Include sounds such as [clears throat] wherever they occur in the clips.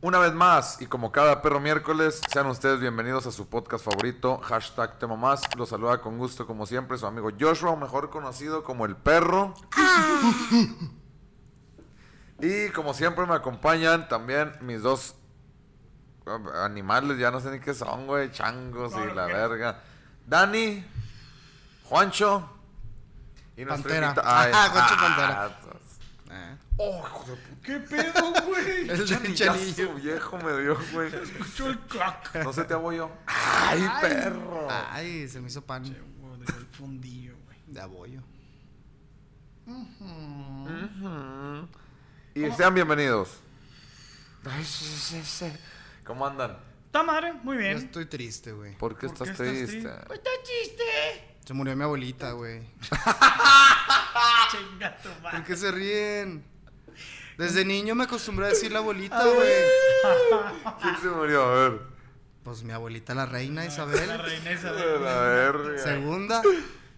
Una vez más, y como cada perro miércoles, sean ustedes bienvenidos a su podcast favorito, hashtag Te Mamás. Los saluda con gusto, como siempre, su amigo Joshua, o mejor conocido como el perro. Y como siempre me acompañan también mis dos ah, animales, ya no sé ni qué son, güey, changos No, y lo la que- verga. Dani, Juancho y nuestro Pantera. invita- Ah, [laughs] Juancho Pantera. ah, Ah, ¡Oh, hijo de [laughs] pu- ¿Qué pedo, güey? el del Chanillazo chanillo. viejo me dio, güey. Escuchó el crack. No se te abolló. ¡Ay, perro! Ay, se me hizo pan Che, güey, dejó el fundillo, güey. de abollo. Y sean bienvenidos. ¿Cómo andan? Está madre, muy Yo bien. estoy triste, güey. ¿Por qué ¿Por qué estás estás triste? triste? Pues está chiste. Se murió mi abuelita, güey. Chinga tu madre. ¿Por qué se ríen? Desde niño me acostumbré a decir la abuelita, güey. ¿Quién se murió? A ver. Pues mi abuelita, la reina La Isabel. reina A Isabel. ver. Segunda.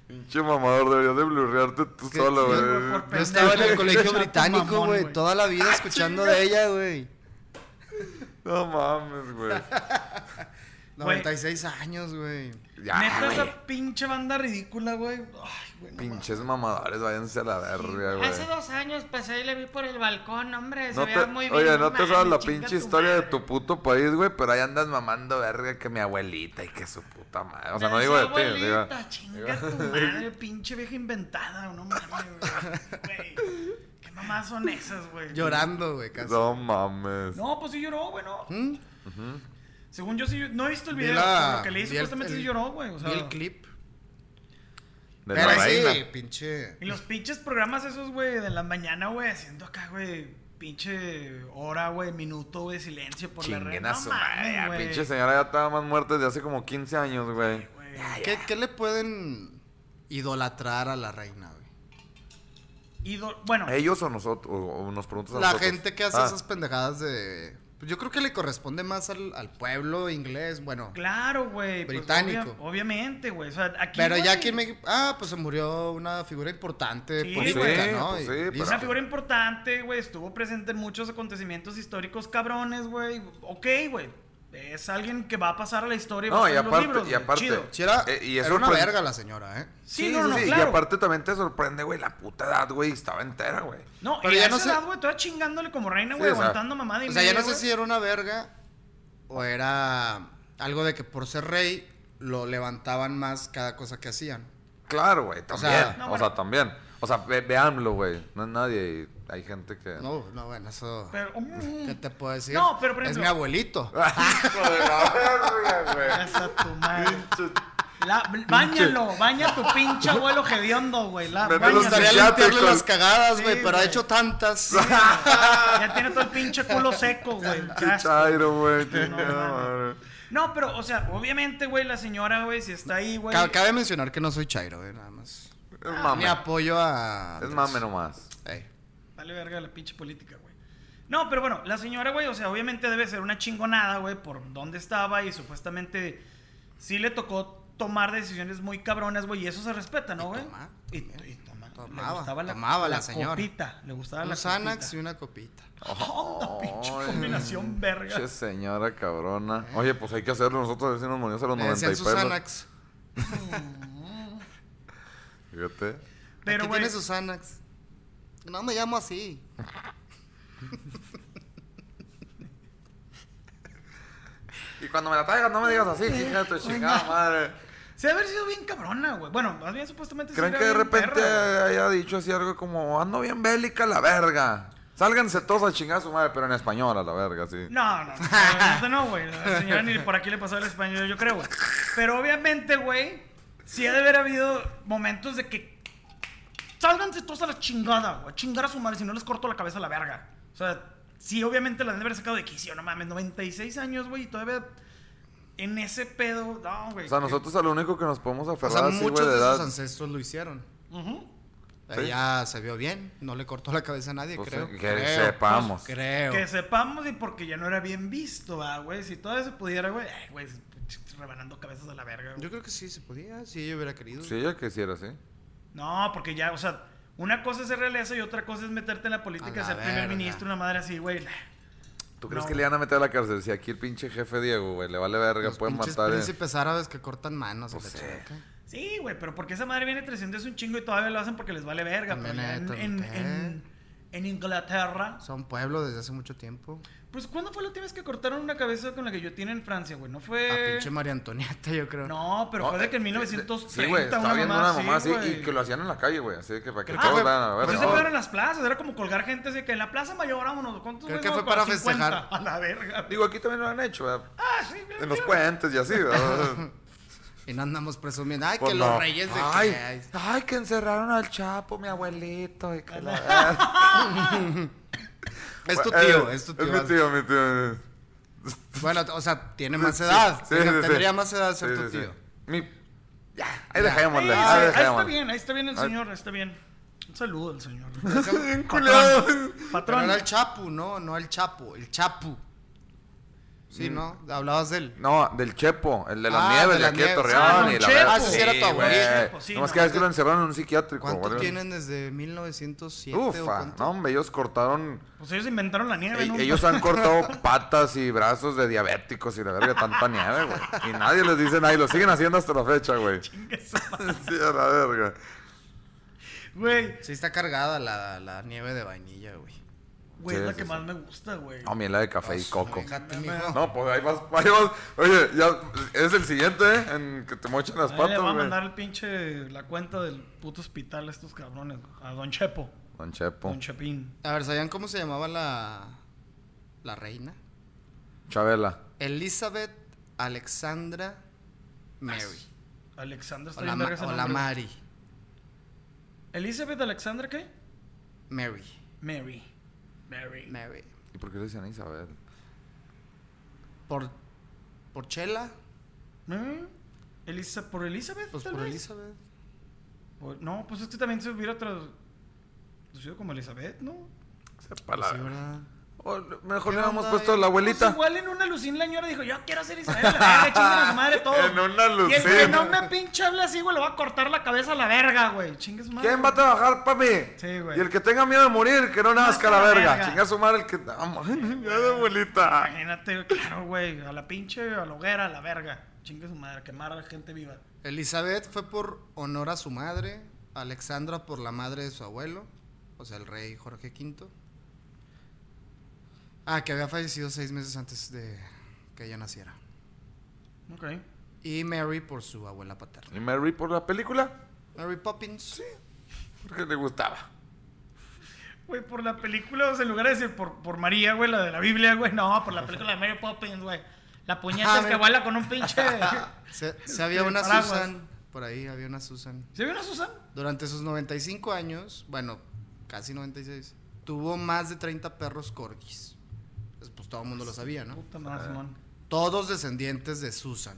Pinche mamador, deberías de blurrearte tú ¿Qué? solo, Sí, güey. por- Yo estaba en el Pendejo, colegio chato británico, mamón, güey. güey. Ah, Toda la vida escuchando de ella, güey. No mames, güey. 96 años, güey. Ya, Neta, güey. esa pinche banda ridícula, güey. Ay, güey. no Pinches mamadores, váyanse a la verga, güey. Hace dos años pues, pasé y le vi por el balcón, hombre. Se No veía te- muy bien. oye, no te mames, sabes la chinga pinche tu historia de madre. tu puto país, güey, pero ahí andas mamando verga que mi abuelita y que su puta madre. O sea, no De digo de su ti, digo. abuelita, digo- chinga. Chinga [laughs] tu madre, pinche vieja inventada, no mames, güey. Güey, ¿Qué mamás son esas, güey? Llorando, güey, casi. No mames. No, pues sí lloró, güey, no. ¿Mm? Según yo sí, lloró. no he visto el Vi video, la- pero lo que leí vi el- supuestamente el- sí lloró, güey. O sea, Vi el clip. De Pero la sí, reina. pinche. Y los pinches programas esos, güey, de la mañana, güey, haciendo acá, güey, pinche hora, güey, minuto, güey, silencio por la red. Chinguen a No su madre. mames, ya, güey. Pinche señora ya estaba más muerta desde hace como 15 años, güey. Güey, ¿Qué, ¿Qué le pueden idolatrar a la reina, güey? ídolo- bueno, ¿Ellos o nosotros? O, o nos preguntas a La nosotros. gente que hace Ah, esas pendejadas de. pues Yo creo que le corresponde más al, al pueblo inglés, bueno. claro, güey. pues, Británico. obvia- obviamente, güey. O sea, aquí. Pero ya güey, aquí en México. Ah, pues se murió una figura importante Sí, política, güey. ¿no? Pues Y sí, listo. pero- Una figura importante, güey, estuvo presente en muchos acontecimientos históricos cabrones, güey. Ok, güey. Es alguien que va a pasar a la historia. y va No, a y estar en aparte- los libros, y güey. aparte- Chido. Sí, era, Eh, y es era una sorprendente. verga la señora, ¿eh? Sí, no, no, Y claro. aparte también te sorprende, güey, la puta edad, güey, estaba entera, güey. No, Pero y ya a no esa sé- edad, güey, toda chingándole como reina, Sí, güey, o sea, aguantando mamada y O sea, ya no media, sé si era una verga o era algo de que por ser rey lo levantaban más cada cosa que hacían. Claro, güey, también. O sea, sea- No, bueno. también. O sea, ve- veámoslo, güey. No es nadie. y Hay gente que. No, no, bueno, eso. güey. Pero, mm, ¿Qué te puedo decir? No, pero por Es ejemplo- mi [laughs] abuelito. Hijo de la verga, [laughs] güey. Casa tu madre. Pinche- La, báñalo, baña tu [laughs] pinche abuelo hediondo, güey. La, Me Me báñalo. gustaría Fíjate, limpiarle con- las cagadas, güey, Sí, pero ha güey. hecho tantas. Ya tiene todo el pinche culo seco, [laughs] güey. Ya. Chairo, güey. No, no, no. No, pero, o sea, obviamente, güey, la señora, güey, si está ahí, güey. Ca- Cabe mencionar que no soy Chairo, güey, nada más. Ah, Es Mi mame. apoyo a. Es Andrés. mame nomás. Ey. Vale verga la pinche política, güey. No, pero bueno, la señora, güey, o sea, obviamente debe ser una chingonada, güey, por dónde estaba y supuestamente sí le tocó tomar decisiones muy cabronas, güey, y eso se respeta, ¿no, Y güey? tomar, Y, también. y tomar. Tomaba, le gustaba la, tomaba la la señora. copita, le gustaba la Un Xanax y copita. una copita. Onda, pinche combinación verga. Che señora cabrona. Oye, pues hay que hacerlo nosotros, a ver si nos morimos a los Le 90 decían y su pelos. Xanax. Fíjate. Pero, Aquí güey, tiene su Xanax. No me llamo así. Y cuando me la traigas, no me digas así, hija de tu chingada madre. se debe haber sido bien cabrona, güey. Bueno, más bien supuestamente sí ¿Creen era que de bien repente perra, güey. haya dicho así algo como, ando bien bélica la verga? Sálganse todos a chingar a su madre, pero en español a la verga, sí. No, no, obviamente no, güey. La señora ni por aquí le pasó el español, yo creo, güey. Pero obviamente, güey, sí ha de haber habido momentos de que sálganse todos a la chingada, güey. A chingar a su madre, si no les corto la cabeza a la verga. O sea, sí, obviamente la han de haber sacado de quicio, no mames, 96 años, güey, y todavía en ese pedo, no, güey. O sea, que- nosotros a lo único que nos podemos O aferrar sea, así, muchos güey, de de sus edad. ancestros lo hicieron. Ujú. Sí. Ella se vio bien, no le cortó la cabeza a nadie, Pues, creo. que creo, sepamos. pues, creo. Que sepamos y porque ya no era bien visto, ah, güey. Si todavía se pudiera, güey, ay, güey, rebanando cabezas a la verga, güey. Yo creo que sí se podía, si ella hubiera querido. Si ella quisiera, sí. No, porque ya, o sea, una cosa es ser realeza y otra cosa es meterte en la política, A la ser primer verga. ministro, una madre así, güey. ¿Tú crees No. que le van a meter a la cárcel? Si aquí el pinche jefe Diego, güey, le vale verga, Los pueden pinches matar. eh. príncipes árabes que cortan manos. y Pues la sí. chingada. Sí, güey, pero porque esa madre viene 300 es un chingo y todavía lo hacen porque les vale verga. También, pero ya eh, en, también. en- en- en Inglaterra. Son pueblos desde hace mucho tiempo. Pues, ¿cuándo fue la última vez que cortaron una cabeza con la que yo tiene en Francia, güey? No Ah, A fue. pinche María Antonieta, yo creo. Eh. No, pero No, fue de que en eh, 1930 Sí, güey, estaba viendo una mamá así y güey. que lo hacían en la calle, güey. Así que para que Creo todos que fue- vayan a ver. Pues Pero se no. fueron las plazas, era como colgar gente así que en la plaza mayor, vámonos, ¿cuántos Creo güeyes que vamos? fue para Como 50. festejar. A la verga. Digo, aquí también lo han hecho, ¿verdad? Ah, sí, mira, En los mira. puentes y así, [laughs] ¿verdad? Y no andamos presumiendo. Ay, Pues que no. los reyes de ay, que- ay, ay, que encerraron al Chapo, mi abuelito. y que [laughs] la- Es tu Eh, tío, es tu tío. Es mi tío, mi tío. Bueno, o sea, tiene más Sí, edad. sí, Tiene- sí, sí. tendría más edad de Sí, ser tu sí, sí. tío. [laughs] Mi- Ya, ahí dejémosle. Ahí, Ahí ahí está dejémosle. bien, ahí está bien el Ah. señor, ahí está bien. Un saludo al señor. Bien culiado. Patrón. Pero Patrón. era el Chapu, no, no el Chapo, el Chapu. Sí, ¿no? Hablabas de él. No, del Chepo, el de las Ah, nieves de de la aquí de nieve. Ah, Torreón. don y la Chepo. verdad, Ah, ese sí era tu abuelo. Chepo, sí, güey. Nomás no, que a veces es lo encerraron en un psiquiátrico. ¿Cuánto güey. tienen desde 1907 o Ufa, cuánto? no, hombre, ellos cortaron. Pues ellos inventaron la nieve, e- ¿no? Ellos [laughs] han cortado patas y brazos de diabéticos y la verga, tanta nieve, güey. Y nadie les dice nada y lo siguen haciendo hasta la fecha, [laughs] güey. Sí, a la verga. Güey, Sí está cargada la, la nieve de vainilla, güey. güey, Sí, es la sí, que sí. más me gusta, güey. No, miel de café y coco. Déjate, mijo. No, pues ahí vas, ahí vas. Oye, ya es el siguiente, ¿eh? En que te mochan las Ahí le patas, va a mandar güey. el pinche la cuenta del puto hospital a estos cabrones, güey, a Don Chepo, Don Chepo. Don Chepín. A ver, ¿sabían cómo se llamaba la, la reina? Chabela. Elizabeth Alexandra Mary. Alexandra O está la, bien Ma- pues verga ese o la nombre. Mary. Elizabeth Alexandra qué? Mary. Mary. Mary. Mary. ¿Y por qué le decían a Isabel? Por, por Chela. ¿Mm? Elisa, por Elizabeth, Pues tal por vez. Elizabeth. Por- no, pues es que también se hubiera tra- traducido como Elizabeth, ¿no? Sepa la Sí, ¿verdad? O lo- mejor ¿Qué le habíamos onda, puesto eh? la Pues abuelita. igual en una lucín la señora dijo, yo quiero ser Isabel, la verga, chingan a su madre todo. [laughs] En una Y el que lucín. no me pinche hable así, güey, le va a cortar la cabeza a la verga, güey. Chingue su madre. ¿Quién va a trabajar, papi? Sí, güey. Y el que tenga miedo de morir, que no nazca la la verga. verga. Chinga su madre el que. [laughs] Ah, Ya de abuelita. Imagínate, claro, güey, a la pinche, a la hoguera, a la verga. Chingue su madre, a quemar a la gente viva. Elizabeth fue por honor a su madre, Alexandra por la madre de su abuelo, o sea, el rey Jorge V. Ah, que había fallecido seis meses antes de que ella naciera. Ok. Y Mary por su abuela paterna. ¿Y Mary por la película? Mary Poppins. Porque le gustaba. Güey, por la película, o sea, en lugar de decir por, por María, güey, la de la Biblia, güey, no, por la película de Mary Poppins, güey. La Ah, puñeta es que mira. vuela con un pinche. [laughs] Se, se había Sí, una paraguas. Susan. Por ahí había una Susan. ¿Se vio una Susan? Durante sus 95 años, bueno, casi 96, tuvo más de 30 perros corgis. Pues, pues, todo el mundo lo sabía, ¿no? Puta madre, Simón. Todos descendientes de Susan.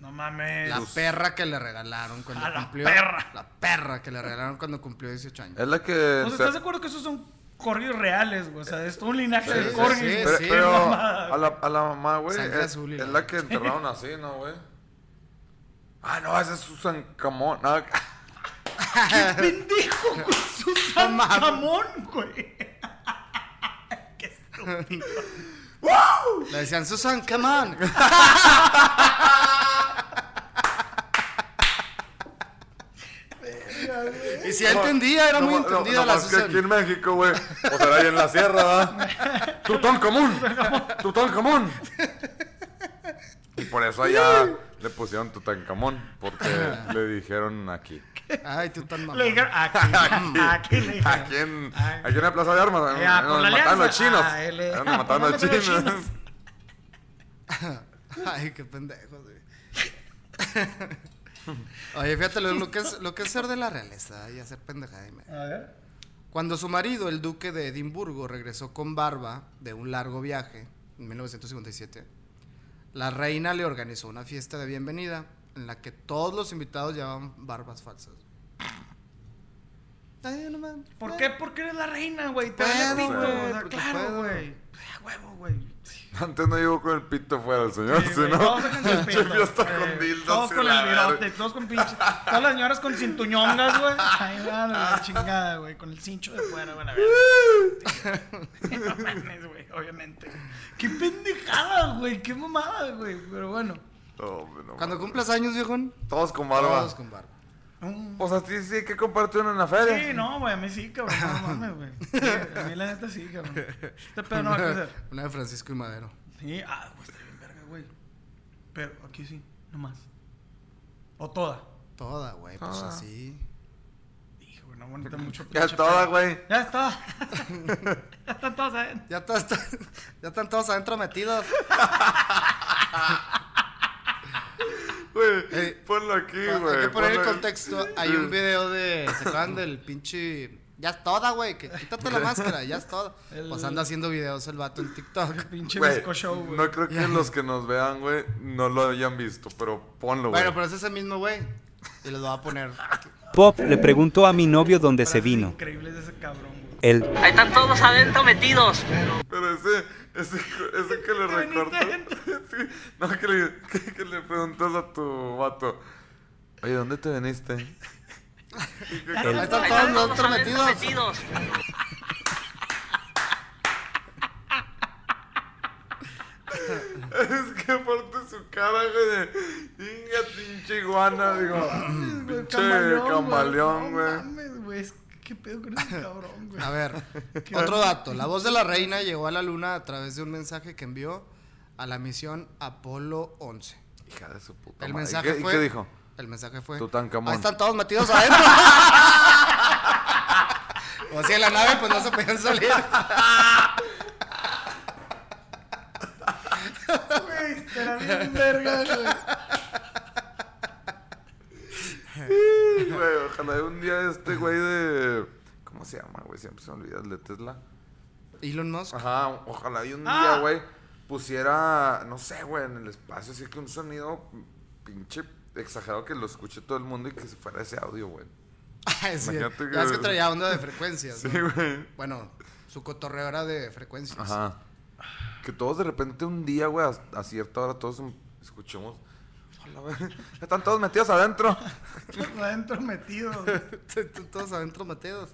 No mames. La perra que le regalaron cuando A la cumplió. perra. La perra que le regalaron cuando cumplió 18 años. Es la que. O sea, ¿estás de acuerdo que esos son corgis reales, güey? O sea, es todo un linaje Sí, de sí, corgis, sí, güey. Pero, sí, pero mamada, a, la, a la mamá, güey, Sangre es, azul y es la la verga. que enterraron así, ¿no, güey? Ah, no, esa es Susan Camón. Ah, ¡Qué pendejo, güey! Susan No mames. Camón, güey. Le decían, Susan, come [laughs] on. y si entendía, era muy No, no, entendida la nomás que Susan. aquí en México, güey. O será ahí en la sierra, [laughs] ¿verdad? Tutón común. Tutón común. Y por eso allá le pusieron Tutankamón. [laughs] Porque le dijeron aquí. Ay, tú tan mamón. Le dijeron, [laughs] aquí, aquí le dijeron. Aquí en, Ay. aquí en la Plaza de Armas. en- Ah, en por donde la mataban Alianza. los chinos. Ah, él es- En donde ah, mataban por los la Alianza de chinos. los [laughs] Ay, qué pendejos, güey. [laughs] Oye, fíjate lo, lo que es, lo que es ser de la realeza y hacer pendejada. y media. A ver. Cuando su marido, el duque de Edimburgo, regresó con barba de un largo viaje en 1957, la reina le organizó una fiesta de bienvenida en la que todos los invitados llevaban barbas falsas. Ay, no mames. ¿Por qué? Porque eres la reina, güey. Te Puedo, vale güey, pito, güey. O sea, porque Claro, puedo. güey. Ah, huevo, güey. [laughs] Antes no llegó con el pito fuera el señor, Sí, si güey, no. Todos [laughs] sacan su pinche pito, fiesta güey. con dildos. Eh, Todos y con la el verga. virote, todos con pinche. Todas las señoras con cintuñongas, güey. Ay, vale, la chingada, güey. Con el cincho de fuera, [laughs] güey. la verga. [laughs] No mames, güey, obviamente. Qué pendejada, güey. Qué mamada, güey. Pero bueno. No, hombre, no Cuando mames. cumplas años, viejón. Todos con barba. Todos con barba. Mm. O sea, sí, sí, que comparte uno en la feria. Sí, no, güey. A mí sí, cabrón. No mames, güey. Sí, a mí la neta sí, cabrón. Este pedo no va a crecer. [laughs] Una de Francisco y Madero. Sí, ah, güey, está bien verga, güey. Pero aquí sí, nomás. O toda. Toda, güey, pues Toda. así. Hijo, güey, [laughs] no aguanta mucho. Ya pinche es toda, pedo. güey. Ya es toda. [laughs] ya están todas adentro. Ya, todas- ya están [laughs] todos adentro metidos. Güey, Ey, ponlo aquí, Eh, Hay güey. que poner el ponlo ahí. Eh, contexto. Hay un video de. Se acuerdan del pinche. Ya es toda, güey. que Quítate la máscara, ya es toda. El- Pues anda haciendo videos el vato [laughs] en TikTok. Pinche Güey, disco show, güey. No creo que los que nos vean, güey, no lo hayan visto, pero ponlo, güey. Bueno, pero es ese mismo, güey. Y les voy a poner. Pop le preguntó a mi novio dónde se vino. Increíble de ese cabrón, güey. Él Ahí están todos adentro metidos. Pero ese, ese, ese que le Te recortó. viniste [laughs] Sí, no, que le, que, que le preguntas a tu vato. Oye, ¿dónde te veniste? [laughs] Ahí están Ahí todos están todos nosotros adentro metidos. metidos. es que aparte su cara, güey, de inga pinche iguana, [clears throat] digo. Pinche camaleón, No güey. Ah. mames, güey. es- ¿Qué pedo con ese cabrón, güey? A [laughs] ver, otro dato. La voz de la reina llegó a la luna a través de un mensaje que envió a la misión Apolo 11. Hija de su puta El madre. mensaje ¿Y qué, y fue. qué dijo? El mensaje fue. Tutankamón. Ahí están todos metidos adentro. [laughs] o sea, en la nave, pues no se podían salir. [laughs] Güey, estará bien verga, güey. Sí, güey, ojalá un día este güey de. ¿Cómo se llama, güey? Siempre se me olvida el de Tesla. Elon Musk. [laughs] Ajá, ojalá y un Ah. día, güey, pusiera, no sé, güey, en el espacio, así que un sonido pinche exagerado que lo escuche todo el mundo y que se fuera ese audio, güey. [laughs] Ay, sí. Imagínate que- Ya Ah, es que traía onda de frecuencias. Sí, ¿no? güey. Bueno, su cotorreo era de frecuencias. Ajá. Que todos de repente un día, güey, a, a cierta hora todos em- escuchemos. Hola, güey. [laughs] Ya están todos metidos adentro. [laughs] Todos adentro metidos, güey. Están [laughs] Todos adentro metidos.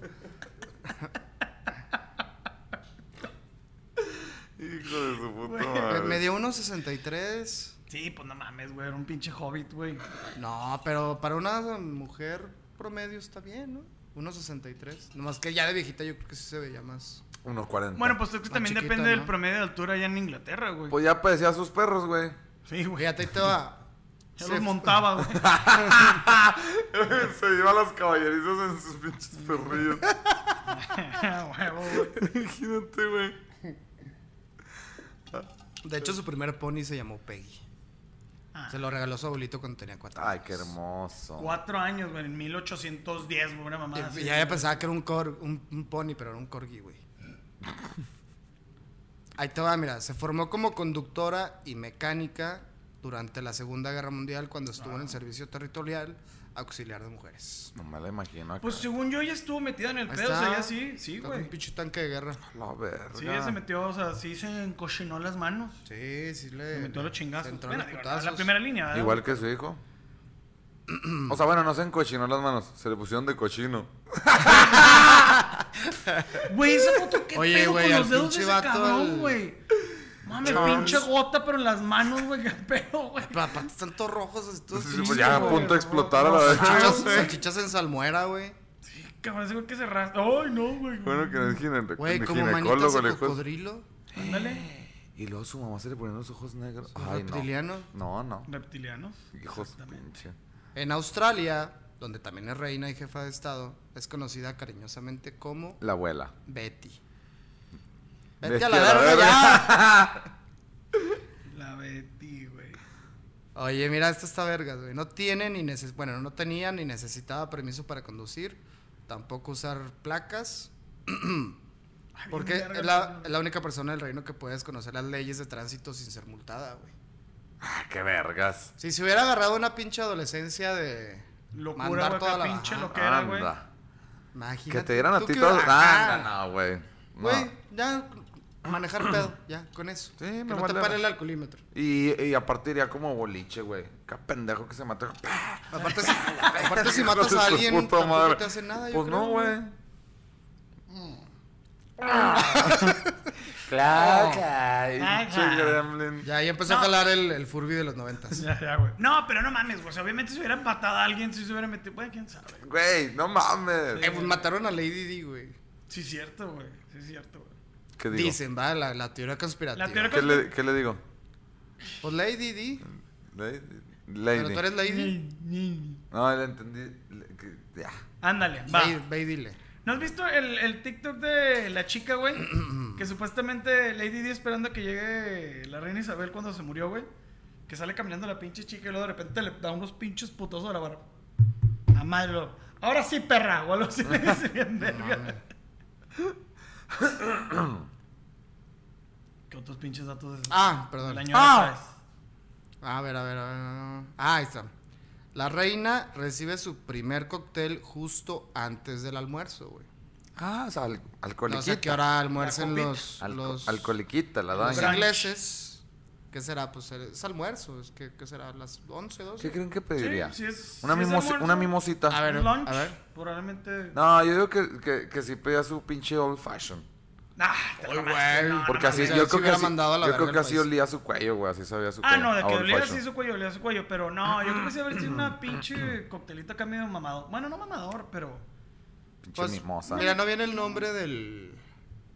Hijo de su puta Güey, Me, madre. me dio unos 63. Sí, pues no mames, güey. Era un pinche hobbit, güey. No, pero para una mujer promedio está bien, ¿no? Unos 63. Nomás que ya de viejita yo creo que sí se veía más. 1.40. Bueno, pues es que Más también chiquita, depende del ¿no? promedio de altura allá en Inglaterra, güey. Pues ya parecía a sus perros, güey. Sí, güey. Fíjate, ahí te va. [laughs] Ya Se- los montaba, güey. [laughs] [laughs] se lleva las caballerizas en sus pinches perrillos. Huevo, güey. Imagínate, güey. De hecho, su primer pony se llamó Peggy. Ah. Se lo regaló su abuelito cuando tenía cuatro Ay, años. qué hermoso. Cuatro años, güey, en 1810, güey, una mamada. Y- así. y Ya, pensaba que era un, cor- un, un pony, pero era un corgi, güey. Ahí te va, mira. Se formó como conductora y mecánica durante la Segunda Guerra Mundial cuando estuvo Ah. en el servicio territorial auxiliar de mujeres. No me la imagino. acá. Pues según yo, ella estuvo metida en el Ahí pedo, o sea, está. ella sí, sí, Está con güey. Un pinche tanque de guerra. La verga. Sí, ella se metió, o sea, sí se encochinó las manos. Sí, sí le. Se metió a los se chingazos. entró Bueno, a los digo, putazos. la primera línea, ¿verdad? Igual que su hijo. [clears throat] O sea, bueno, no se encochinó las manos, se le pusieron de cochino. Güey, esa foto que Oye, pedo güey, con al los dedos de ese pinche vato, cabrón, al- güey. Mames, Chons. pinche gota, pero en las manos, güey, qué pedo, güey. Pero aparte están todos rojos. así, Todos Sí, pinches pues ya a güey. punto de explotar a la vez. salchichas, salchichas en salmuera, güey. Cabrón, ese güey que se raspa. Ay, no, [laughs] güey. Bueno, que no es gine- Güey, ni como manitas ginecólogo, de le dijo. cocodrilo. Ándale. Y luego su mamá se le ponían los ojos negros. ¿Un Ay, reptiliano? no. No, no. Reptilianos. Hijos de Exactamente. pinche. En Australia, donde también es reina y jefa de estado, es conocida cariñosamente como La abuela. Betty. Vete a la verga La Betty, güey. [laughs] ya. Oye, mira, esta está verga, güey. No tiene ni neces bueno, no tenía ni necesitaba permiso para conducir, tampoco usar placas, Ay, porque bien verga, es la, güey. es la única persona del reino que puede desconocer las leyes de tránsito sin ser multada, güey. Ah, qué vergas. Si se hubiera agarrado una pinche adolescencia de Locura, güey, acá pinche bajada. loquera, güey. Anda. Imagínate. Que te dieran a tú ti que- todos. Ajá. Anda, no, güey. No. Güey, ya [clears throat] manejar pedo, ya, con eso. Sí, que me no te vale. pare el alcoholímetro. Y, y aparte iría como boliche, güey. Qué pendejo que se [laughs] mató. ¡Pah! Aparte, [laughs] si, aparte si Hijo de matas su a alguien, puta tampoco madre. te hacen nada. yo Pues no, creo, güey. [laughs] Claro, claro. Ay, Pinche ja. gremlin. Ya, ya empezó a No. jalar el, el Furby de los noventas. Ya, ya, güey. No, pero no mames, güey. O sea, obviamente si hubieran matado a alguien, si se hubieran metido. Güey, quién sabe. Güey, no mames. Eh, pues mataron a Lady D, güey. Sí, es cierto, güey. Sí, es cierto, güey. ¿Qué digo? Dicen, va, la, la teoría conspirativa. La teoría ¿Qué le, qué le digo? Pues Lady D. Lady. Pero tú eres Lady. No, le entendí. le- que- Ya. Ándale, va. Ve, ve y dile. ¿No has visto el, el TikTok de la chica, [clears throat] güey? que supuestamente Lady Di esperando que llegue la reina Isabel cuando se murió, güey. Que sale caminando la pinche chica y luego de repente le da unos pinches putazos a la barba. A madre, lo- Ahora sí, perra. O algo así le dice [laughs] bien verga. [clears throat] ¿Qué otros pinches datos es? Ah, perdón. El año Ah. atrás. A ver, a ver, a ver. a ver. Ah, ahí está. La reina recibe su primer cóctel justo antes del almuerzo, güey. Ah, o sea, al- No alcoholiquita. sé qué hora almuercen La los, Alco- los, alcoholiquita, la los daña. Brunch. ingleses. ¿Qué será? Pues es almuerzo. Es que, ¿Qué será? ¿Las 11, 12? ¿Qué creen que pediría? Sí, sí es- una, sí es mimosi- almuerzo. una mimosita. A ver, Un lunch, a ver. Probablemente. No, yo digo que, que, que sí pedía su pinche old fashion. Ah, te Ay, mamaste, güey, no, no Porque mames, así, o sea, yo creo sí que hubiera así, mandado a la yo verga creo que el así país. olía su cuello, güey, así sabía su cuello. Ah, no, de a que old olía fashion. así su cuello, olía su cuello, pero no, yo creo que sí haber sido una pinche coctelita acá medio mamador. Bueno, no mamador, pero Pinche Pues, mimosa. mira, no viene el nombre del,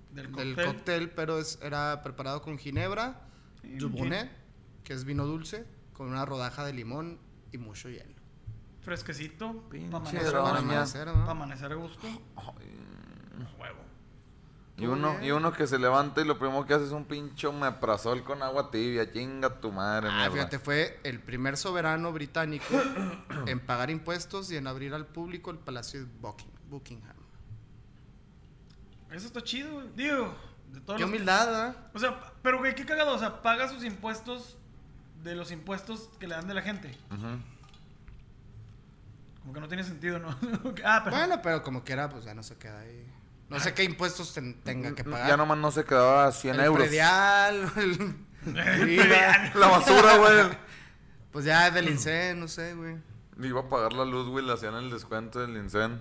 del del cóctel. cóctel, pero es, era preparado con ginebra, Sí, dubonet, que es vino dulce, con una rodaja de limón y mucho hielo. Fresquecito, Pinche para amanecer, droga. Para Doña. amanecer, ¿no? pa' amanecer a gusto. Huevo. Y uno, y uno que se levanta y lo primero que hace es un pinche omeprazol con agua tibia. Chinga tu madre, Ah, mierda. fíjate, fue el primer soberano británico [coughs] en pagar impuestos y en abrir al público el Palacio de Bucking- Buckingham. Eso está chido, güey. Digo, de todos Qué los- humildad, ¿verdad? O sea, pero güey, qué cagado, o sea, paga sus impuestos de los impuestos que le dan de la gente. Como que no tiene sentido, ¿no? [laughs] ah, pero [laughs] Bueno, pero como quiera, pues ya no se queda ahí. No sé qué impuestos ten- tenga que pagar. Ya nomás no se quedaba a 100 el euros. predial, [laughs] el- El IVA. predial. [laughs] La basura, [laughs] güey. Pues ya del INSEE, no sé, güey. Iba a pagar la luz, güey, le hacían el descuento del incen.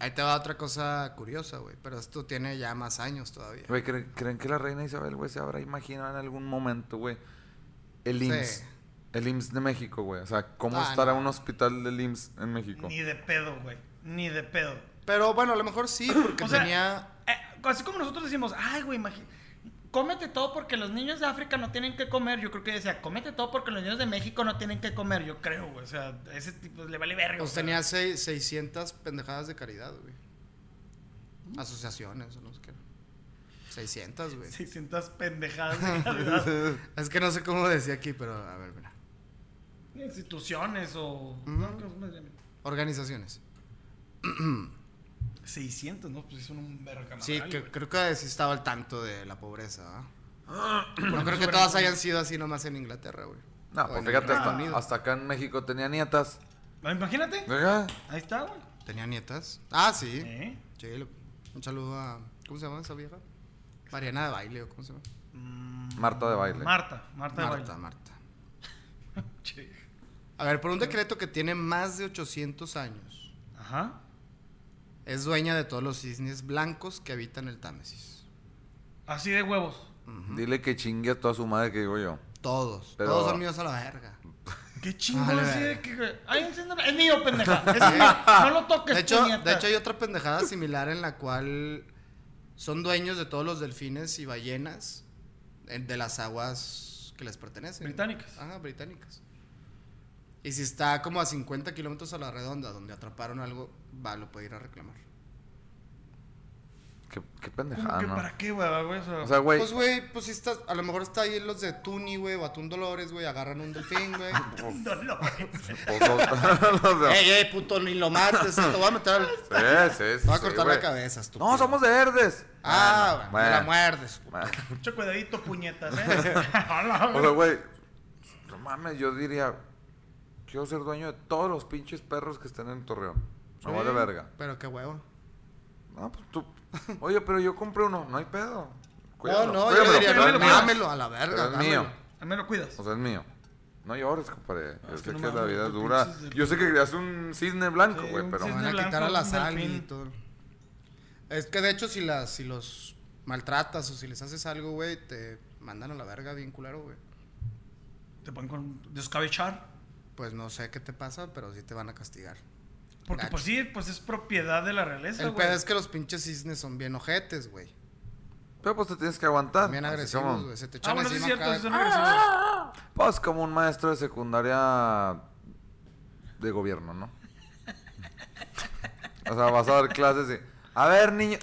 Ahí te va otra cosa curiosa, güey. Pero esto tiene ya más años todavía. Güey, ¿creen, creen que la reina Isabel, güey, se habrá imaginado en algún momento, güey? El Sí. IMSS. El IMSS de México, güey. O sea, ¿cómo Ah, estará no. un hospital del IMSS en México? ni de pedo, güey. Ni de pedo. Pero bueno, a lo mejor sí, porque O sea, tenía. Eh, así como nosotros decimos, ay, güey, imagi- Cómete todo porque los niños de África no tienen que comer. Yo creo que decía, cómete todo porque los niños de México no tienen que comer. Yo creo, güey. O sea, ese tipo le vale verga. Pues o sea. tenía seis- 600 pendejadas de caridad, güey. Asociaciones, o no sé qué. 600, güey. 600 [laughs] pendejadas de Navidad. Es que no sé cómo decía aquí, pero a ver, mira. Instituciones o. Ujú. ¿Cómo se llama? Organizaciones. 600, ¿no? Pues son un verga. Sí, madral, que, güey. creo que sí estaba al tanto de la pobreza, ¿ah? [clears throat] No creo que pues. todas hayan sido así nomás en Inglaterra, güey. No, O pues en fíjate, Reino hasta, Unido. hasta acá en México tenía nietas. Ah, Imagínate. Ajá. Ahí está, güey. ¿Tenía nietas? Ah, sí. ¿Eh? Sí, lo- un saludo a. ¿Cómo se llama esa vieja? Mariana de baile, ¿o cómo se llama? Marta de baile. Marta, Marta, de Marta, baile. Marta. Che. A ver, por un decreto que tiene más de 800 años, Ajá. es dueña de todos los cisnes blancos que habitan el Támesis. Así de huevos. Dile que chingue a toda su madre que digo yo. Todos. Pero- Todos son míos a la verga. Qué chingón Vale, así verga. de que. Ay, enciéndeme. Es mío, [laughs] pendeja. Es mío. No lo toques, De hecho, puñeta. de hecho, hay otra pendejada similar en la cual son dueños de todos los delfines y ballenas eh, de las aguas que les pertenecen. Británicas. Ajá, británicas. Y si está como a 50 kilómetros a la redonda donde atraparon algo, va, lo puede ir a reclamar. Qué, qué ¿Cómo Ah, pendejada, que ¿no? para qué, güey? güey? O sea, O [laughs] sea, güey. Pues, güey, pues si estás, a lo mejor está ahí los de Tuni, güey, o Atún Dolores, güey, agarran un delfín, [laughs] güey. Dolores. pues, [laughs] los- [laughs] los de- ey, ey, puto, ni lo mates, te voy a [laughs] meter al- Te Sí, sí, sí, voy a sí, cortar güey. la cabeza, estúpido. No, somos de verdes. Ah, bueno, me la Bueno. muerdes, puto. Mucho cuidadito, puñetas, [laughs] ¿eh? Hola, O güey. sea, güey. No mames, yo diría. Quiero ser dueño de todos los pinches perros que estén en Torreón. No vale Sí, verga. Pero qué huevo. No, pues tú. Oye, pero yo compré uno. No hay pedo. No, Oh, cuídalo, no, yo cuídamelo, le diría, pero no, es mío. mámelo a la verga. Pero es mío. dámelo. A mí me lo cuidas. O sea, es mío. No llores, compadre. Yo es sé que que, no la mames, vida es tú dura. pinches de- Yo sé que creaste un cisne blanco, Sí, güey, un pero... cisne Van a blanco, quitar a la un sal y delfín. todo. Es que de hecho, si, las, si los maltratas o si les haces algo, güey, te mandan a la verga bien culero, güey. Te pueden con- descabechar. Pues no sé qué te pasa, pero sí te van a castigar. Porque Gacho. pues sí, pues es propiedad de la realeza, Ah, El güey. Ah, pedo es que los pinches cisnes son bien ojetes, güey. Pero pues te tienes que aguantar. Bien así agresivos, como- güey. Se te Ah, echan bueno, sí es encima cierto, acá. sí son agresivos. Pues como un maestro de secundaria de gobierno, ¿no? O sea, vas a dar clases y... A ver, niño...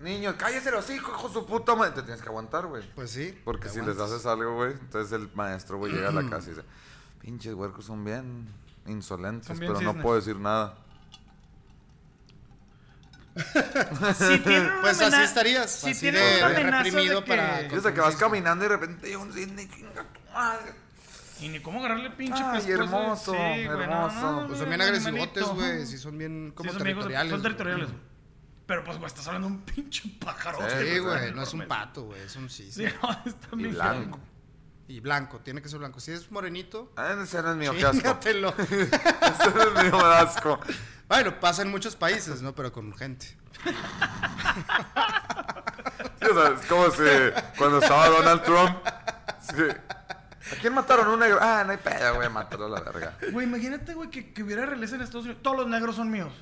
Niño, cállese los hijos, hijo de su puta madre. Te tienes que aguantar, güey. Pues sí. Porque te si les aguantas. haces algo, güey, entonces el maestro, güey, llega a la casa y dice, pinches huercos son bien insolentes, Son bien pero no cisnes". puedo decir nada. Si tienen una Pues amena- así estarías. Si así tienen de, una de amenaza de reprimido que- para. Yo sé que vas caminando y de repente llega un cisne, chinga tu madre. Y ni cómo agarrarle pinche Ay, pescuezo. hermoso, Sí, güey, no, hermoso. no, no, Pues son bien no, agresivotes, animalito. güey. Sí, son bien como Sí, son amigos de- territoriales. Son güey. territoriales, güey. Pero pues, güey, estás hablando de un pinche pájaro. Sí, Sí, güey. No es un pato, güey. Es un Sí, [laughs] cisne. no, está Y bien blanco. Y blanco. Tiene que ser blanco. Si es morenito. Ah, Ese no es mío, qué asco. [laughs] [laughs] Chingatelo. Ese no es mío, me da asco. Bueno, pasa en muchos países, ¿no? Pero con gente. Sí, o sea, es como si cuando estaba Donald Trump... sí. ¿A quién mataron? Un negro. Ah, no hay pedo, güey, mátalo a la verga. Güey, imagínate, güey, que, que hubiera realeza en Estados Unidos. Todos los negros son míos.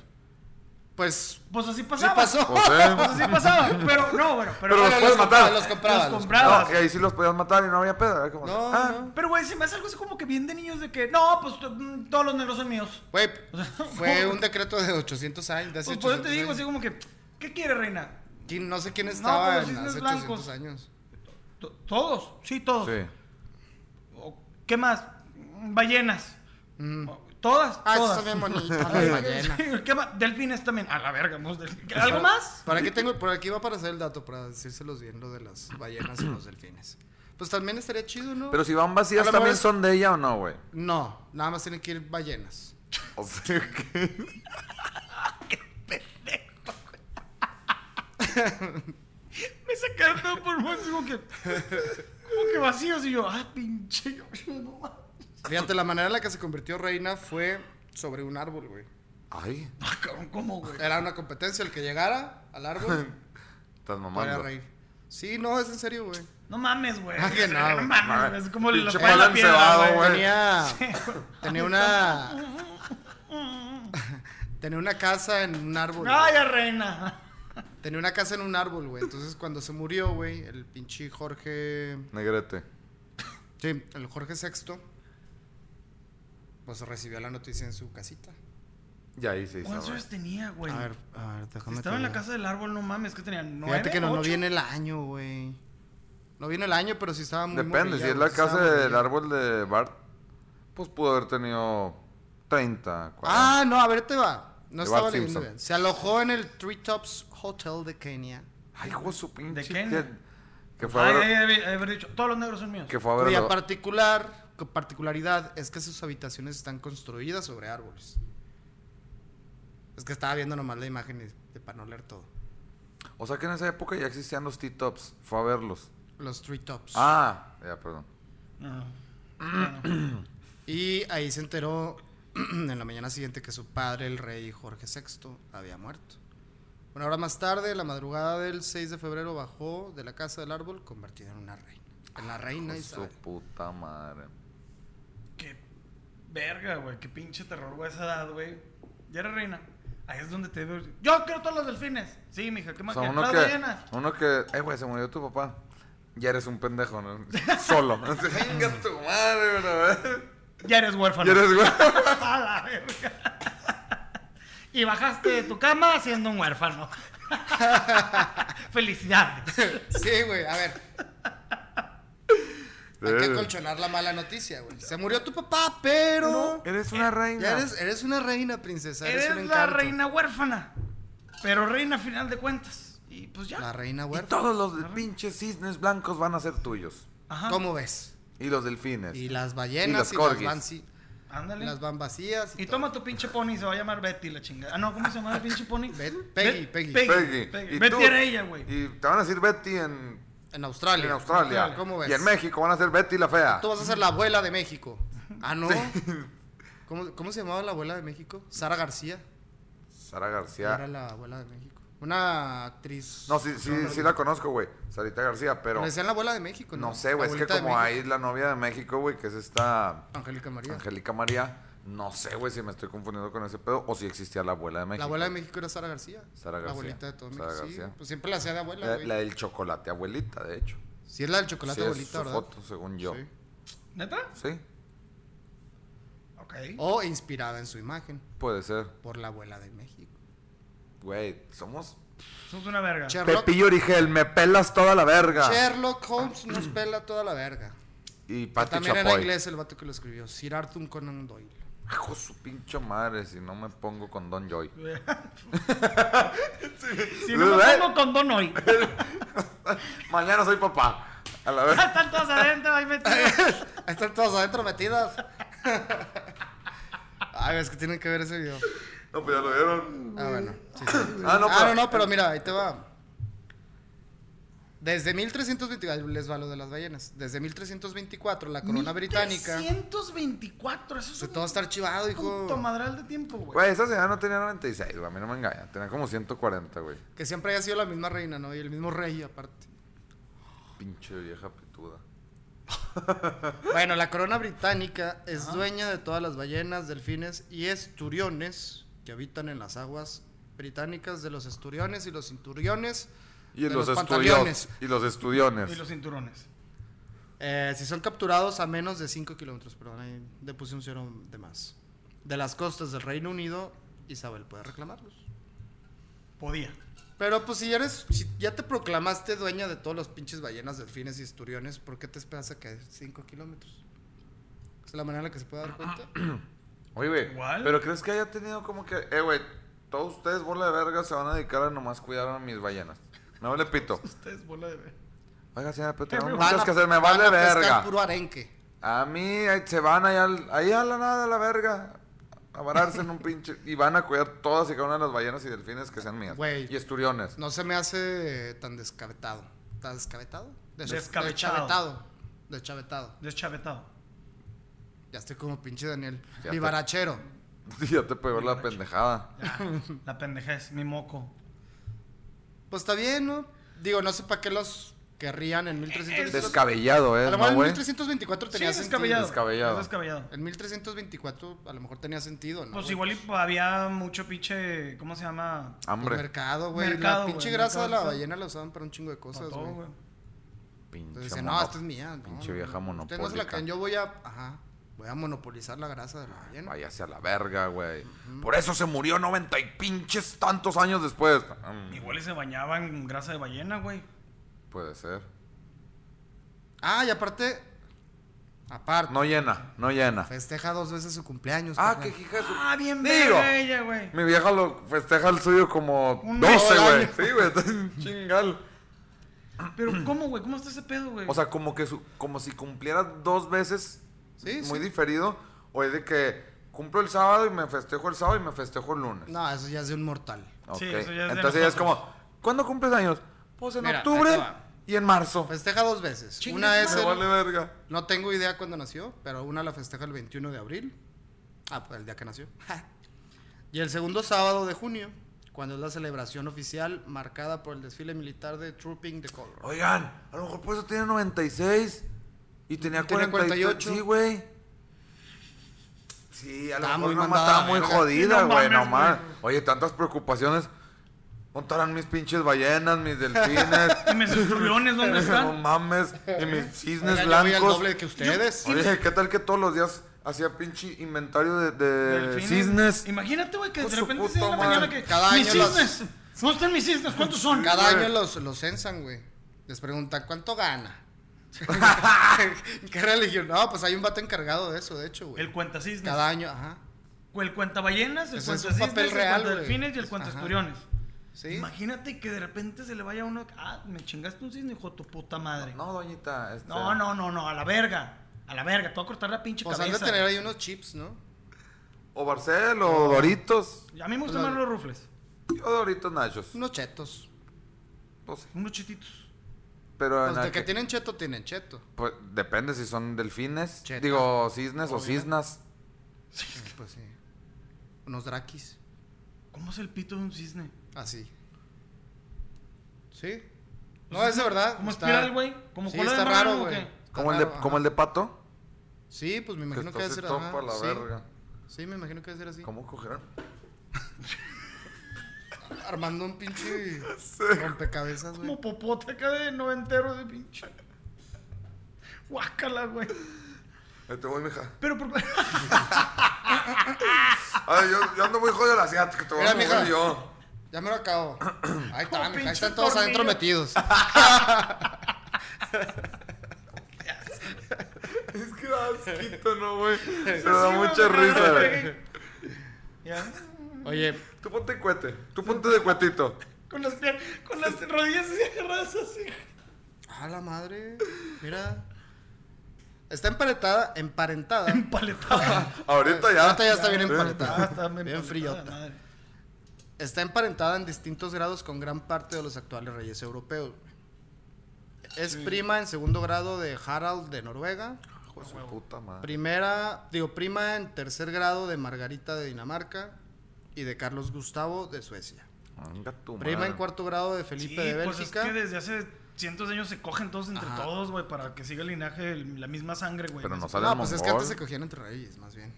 Pues. Pues así ¿Qué pasaba. pasó? Pues, eh, Pues así pasaba. Pero no, bueno, Pero pero. los Bueno, puedes compra- matar. Los compraba. Los los compraba. No, y ahí sí los podías matar y no había pedo. era como, No, ah, no. Pero, güey, se me hace algo así como que bien de niños de que. No, pues t- mm, todos los negros son míos. Güey, O sea, [laughs] fue un decreto de 800 años. De hace Pues por eso te 800 digo, años. así como que. ¿Qué quiere, reina? ¿Quién- No sé quién No, estaba pero en cisnes hace blancos. 800 años. To- ¿Todos? Sí, todos. Sí. O- ¿Qué más? Mm, Ballenas. O- ¿Todas? Ah, esos todas. son [laughs] bien bonitos. las ballenas. Sí, ¿Qué más? Delfines también. A la verga, vamos, delfines. ¿Algo más? ¿Para qué tengo? Por aquí va a aparecer el dato para decírselos bien lo de las ballenas y los delfines. Pues también estaría chido, ¿no? Pero si van A vacías, lo ¿también mejor es- son de ella o no, güey? No, nada más tienen que ir ballenas. O sea, [laughs] que... Me sacaron todo por un como que. Como que vacíos. Y yo, ah, pinche. No mames. Fíjate, la manera en la que se convirtió reina fue sobre un árbol, güey. Ay, Ah, cabrón, ¿cómo, güey? Era una competencia, el que llegara al árbol [laughs] estás podía mamando. reír. Sí, no, es en serio, güey. No mames, güey. Ah, que no, No güey. mames, es como la Pinche fue en la palo encebado, piedra, güey. güey. Tenía, tenía una... [laughs] tenía una casa en un árbol. güey. Ay, ya, reina. Tenía una casa en un árbol, güey. Entonces, cuando se murió, güey, el pinche Jorge... Negrete. Sí, el Jorge VI, pues recibió la noticia en su casita. Y ahí se hizo. ¿Cuántos güey. años tenía, güey? a ver, déjame. Estaba en la casa del árbol, no mames, que tenía nueve. Fíjate que no, no ocho? viene el año, güey. No viene el año, pero sí estaba muy Depende, morrilla, si es güey, la sí casa estaba del morrilla. árbol de Bart, pues pudo haber tenido 30, 40. Ah, no, a ver, te va. No De estaba Bart leyendo Simpson. bien. Se alojó en el Three Tops Hotel de Kenia. Ay, hijo de su pinche. ¿De qué? Que, que fue a Ay, ver... Ah, ay, eh. ay, ay, haber dicho, todos los negros son míos. Que fue a ver... Cuya particular, cu- particularidad es que sus habitaciones están construidas sobre árboles. Es que estaba viendo nomás la imagen y- de- para no leer todo. O sea que en esa época ya existían los T-Tops. Fue a verlos. Los Three Tops. Ah, ya, perdón. Ah. Y ahí se enteró [clears throat] en la mañana siguiente que su padre, el rey Jorge VI, había muerto. Una hora más tarde, la madrugada del 6 de febrero, bajó de la casa del árbol convertida en una reina. En la reina Hijo de Isabel. Pues, su puta madre. Qué verga, güey. Qué pinche terror, güey, a esa edad, güey. Ya era reina. Ahí es donde te veo. Yo quiero todos los delfines. Sí, mija, ¿qué O más sea, quieres? uno Las que, ballenas. uno que, eh, güey, se murió tu papá. Ya eres un pendejo, ¿no? [laughs] Solo. Venga tu madre, bro. eh. Ya eres huérfano. Ya eres, güey. [laughs] A la verga. [laughs] Y bajaste de tu cama siendo un huérfano. [laughs] Felicidades. [laughs] Sí, güey, a ver. Hay Eh. que colchonar la mala noticia, güey. Se murió tu papá, pero. Eres una reina. Ya eres, eres una reina, princesa. Eres, Eres un la encanto. reina huérfana. Pero reina a final de cuentas. Y pues ya. La reina Y huerta. todos los pinches cisnes blancos van a ser tuyos. Ajá. ¿Cómo ves? Y los delfines. Y las ballenas los y, las, corgis. van, sí- Ándale. las van vacías. Y todo. toma tu pinche pony, se va a llamar Betty la chingada. Ah, no, ¿cómo se [laughs] llama el pinche pony? Bet- Peggy, Bet- Peggy. Peggy. Peggy. Y Betty tú- era ella, güey. Y te van a decir Betty en En Australia. En Australia. ¿Cómo ves? Y en México van a ser Betty la Fea. Tú vas a ser la abuela de México. Ah, no. [laughs] ¿Cómo, cómo se llamaba la abuela de México? Sara García. Sara Era García. la abuela de México. Una actriz. No, sí, sí, sí la conozco, güey. Sarita García, pero. Le decían la abuela de México, ¿no? No sé, güey. Es que Abuelita de como México. hay la novia de México, güey, que es esta Angélica María. Angélica María. No sé, güey, si me estoy confundiendo con ese pedo o si existía la abuela de México. La abuela de México era Sara García. Sara La García. abuelita de todo Sara México. Sí, García. pues siempre la hacía de abuela, La, güey. la del chocolate abuelita, de hecho. Sí, es la del chocolate Sí, es abuelita, su ¿verdad? foto, según yo. Sí. ¿Neta? Sí, Ok. O inspirada en su imagen puede ser. por la abuela de México. Güey, somos. Somos una verga. Sherlock, Pepillo Origel, me pelas toda la verga. Sherlock Holmes nos pela toda la verga. Y Pati También Chapoy. era inglés el vato que lo escribió. Sir Arthur Conan Doyle. [laughs] Hijo de su pinche madre, si no me pongo con Don Joy. Si no me ¿Verdad? pongo condón hoy. [laughs] Mañana soy papá. A la vez. Están todos adentro ahí metidos. Ahí están todas adentro metidas. [laughs] Ay, es que tienen que ver ese video. [laughs] No, pues ya lo vieron. Ah, bueno. sí, sí. Ah, no, ah, pero. no, no, pero mira, ahí te va. Desde 1324, ahí les va lo de las ballenas. Desde 1324, la corona británica. 124. Eso es Se un todo está archivado, puto hijo. madral de tiempo, güey. pues. Güey, esa señora no tenía 96, güey. A mí no me engaña. Tenía como 140, güey. Que siempre haya sido la misma reina, ¿no? Y el mismo rey, aparte. Pinche vieja pituda. Bueno, la corona británica es dueña de todas las ballenas, delfines y esturiones que habitan en las aguas británicas de los esturiones y los cinturiones. Y de los, pantaleones. estudios. Y los estudiones. Y los cinturones. Eh, si son capturados a menos de 5 kilómetros, perdón, ahí le puse un cero de más. De las costas del Reino Unido, Isabel puede reclamarlos. Podía. Pero pues si ya eres, si ya te proclamaste dueña de todos los pinches ballenas, delfines y esturiones, ¿por qué te esperas a que 5 kilómetros? Es la manera en la que se puede dar cuenta. pues Oye, güey. Igual. Pero crees que haya tenido como que. Eh, güey. Todos ustedes, bola de verga, se van a dedicar a nomás cuidar a mis ballenas. Me vale pito. Ustedes bola de ver. Oiga, señora, pero tengo Van muchas a- que hacer. Me van vale a pescar verga. puro arenque. A mí ahí se van allá, al- ahí a la nada, a la verga. A vararse en un pinche. Y van a cuidar todas y cada una de las ballenas y delfines que sean mías. Güey. Y esturiones. [laughs] No se me hace tan descabetado. ¿Tan descabetado? Des- Descabechado. Deschavetado. Deschavetado. Deschavetado. Ya estoy como pinche Daniel. Ya te- Vivarachero. Y ya te puedo ver la pendejada. [laughs] Ya, la pendejez, mi moco. Pues está bien, ¿no? Digo, no sé para qué los querrían en 1324. Descabellado, A eh, lo ¿no, mejor en güey? 1324 Sí, tenía es sentido. descabellado. Descabellado. Es descabellado. En 1324 a lo mejor tenía sentido, ¿no? Pues igual güey? y había mucho pinche. ¿Cómo se llama? El Hambre. Pues mercado, güey. La Mercado, pinche güey, grasa de la mercado. ballena la usaban para un chingo de cosas, Para todo, güey. güey. Pinche. Entonces decían, mono- no, esta es mía. no, Pinche no, vieja no. Ustedes no se la monopólica. creen, yo voy a. Ajá. Voy a monopolizar la grasa de la ballena. Váyase a la verga, güey. Por eso se murió 90 y pinches tantos años después. Mm, Igual y se bañaban en grasa de ballena, güey. puede ser. Ah, y aparte. Aparte. No llena, no llena. Festeja dos veces su cumpleaños. Ah, carnal. qué hija de su- Ah, bien Digo. verga ella, güey. Mi vieja lo festeja el suyo como Un 12, mejor güey. año. Sí, güey, [laughs] está un chingal. Pero ¿cómo, güey? ¿Cómo está ese pedo, güey? O sea, como que su- como si cumpliera dos veces Sí, muy sí. diferido. O es de que cumplo el sábado y me festejo el sábado y me festejo el lunes. No, eso ya es de un mortal. Ok. Sí, eso ya es de Entonces ya es nosotros. como, ¿cuándo cumples años? Pues en Mira, ahí te octubre va. y en marzo. Festeja dos veces. Chingue una su es. Me el- vale verga. No tengo idea cuándo nació, pero una la festeja el 21 de abril. Ah, pues el día que nació. y el segundo sábado de junio, cuando es la celebración oficial marcada por el desfile militar de Trooping the Color. Oigan, a lo mejor por eso tiene 96 y tenía Tenía 48. 48. Sí, güey. Sí, a lo Estaba mejor muy nomás mandada estaba la muy verga. jodida, Sí, no güey, mames, nomás. güey. Oye, tantas preocupaciones. Montarán mis pinches ballenas, mis delfines. ¿Y mis esturilones [laughs] [laughs] [laughs] dónde No están? mames, y mis cisnes Oigan, yo voy al blancos. doble que ustedes. Oye, ¿qué tal que todos los días hacía pinche inventario de, de Delfines. cisnes? Imagínate, güey, que Con de su repente puta se da la madre. mañana que. Cada mis año las- cisnes. ¿Dónde están mis cisnes? ¿Cuántos son? Cada año los, los censan, güey. Les preguntan, ¿cuánto gana? ¿Qué religión? No, pues hay un vato encargado de eso, de hecho, güey. El cuenta cisnes. Cada año, ajá. El cuenta ballenas, el Ese es cuenta un papel cisnes, el real, cuenta güey. delfines y el cuenta Ajá. esturiones. Sí. Imagínate que de repente se le vaya a uno. Ah, me chingaste un cisne, hijo de tu puta madre. No, doñita. este- No, no, no, no, a la verga. A la verga, te voy a cortar la pinche Pues han de cabeza. tener ahí unos chips, ¿no? O Barcel, o Doritos. A mí me gustan más los rufles. Yo Doritos Nachos. Unos chetos. No sé. Unos chititos. Pero en Los de aqu- que tienen cheto, tienen cheto. pues, depende si son delfines, Cheta. digo cisnes o Obviamente. cisnas. Eh, Pues sí. Unos drakis. ¿Cómo es el pito de un cisne? Así. ¿Sí? No, es de verdad. ¿Cómo está- Pues espiral, güey? ¿Como Sí, cola de está marrano raro, o güey. qué? Está Como el de raro, como el ajá. de pato, Sí, pues me que imagino está que debe se ser topa ajá, la sí. verga. Sí, me imagino que debe ser así. ¿Cómo cogerán? Armando [laughs] un pinche rompecabezas, güey. Como popote acá de noventero de pinche. Guácala, güey. Ahí Te voy, mija. Pero por... Ay, yo, yo ando muy jodido la asiática, te voy Mira, a mover mija. yo. Ya me lo acabo. Ahí está, mija, pinche ahí están todos tornillo. [laughs] adentro metidos. Es que da asquito, no, güey. [laughs] Te Sí, da güey, mucha porque risa, no güey. pegué. [laughs] Ya. Oye, Tú ponte cuete, tú ponte de cuetito. Con las, pier- con las rodillas así agarradas así. a la madre. Mira. Está emparentada, emparentada. Empaletada. Ahorita ya. Ahorita ya Ah, está bien ¿Eh? emparentada. Ah, está bien empaletada, frillota. madre. Está emparentada en distintos grados con gran parte de los actuales reyes europeos. Es prima en segundo grado de Harald de Noruega. Hijo de su puta madre. Primera, digo, prima en tercer grado de Margarita de Dinamarca y de Carlos Gustavo de Suecia. Venga tu Prima madre. en cuarto grado de Felipe de pues es Bélgica. que desde hace cientos de años se cogen todos entre Ajá. todos, güey, para que siga el linaje, el- la misma sangre, güey. Pero no sé. sale No, pues es que mongol. antes se cogían entre reyes, más bien.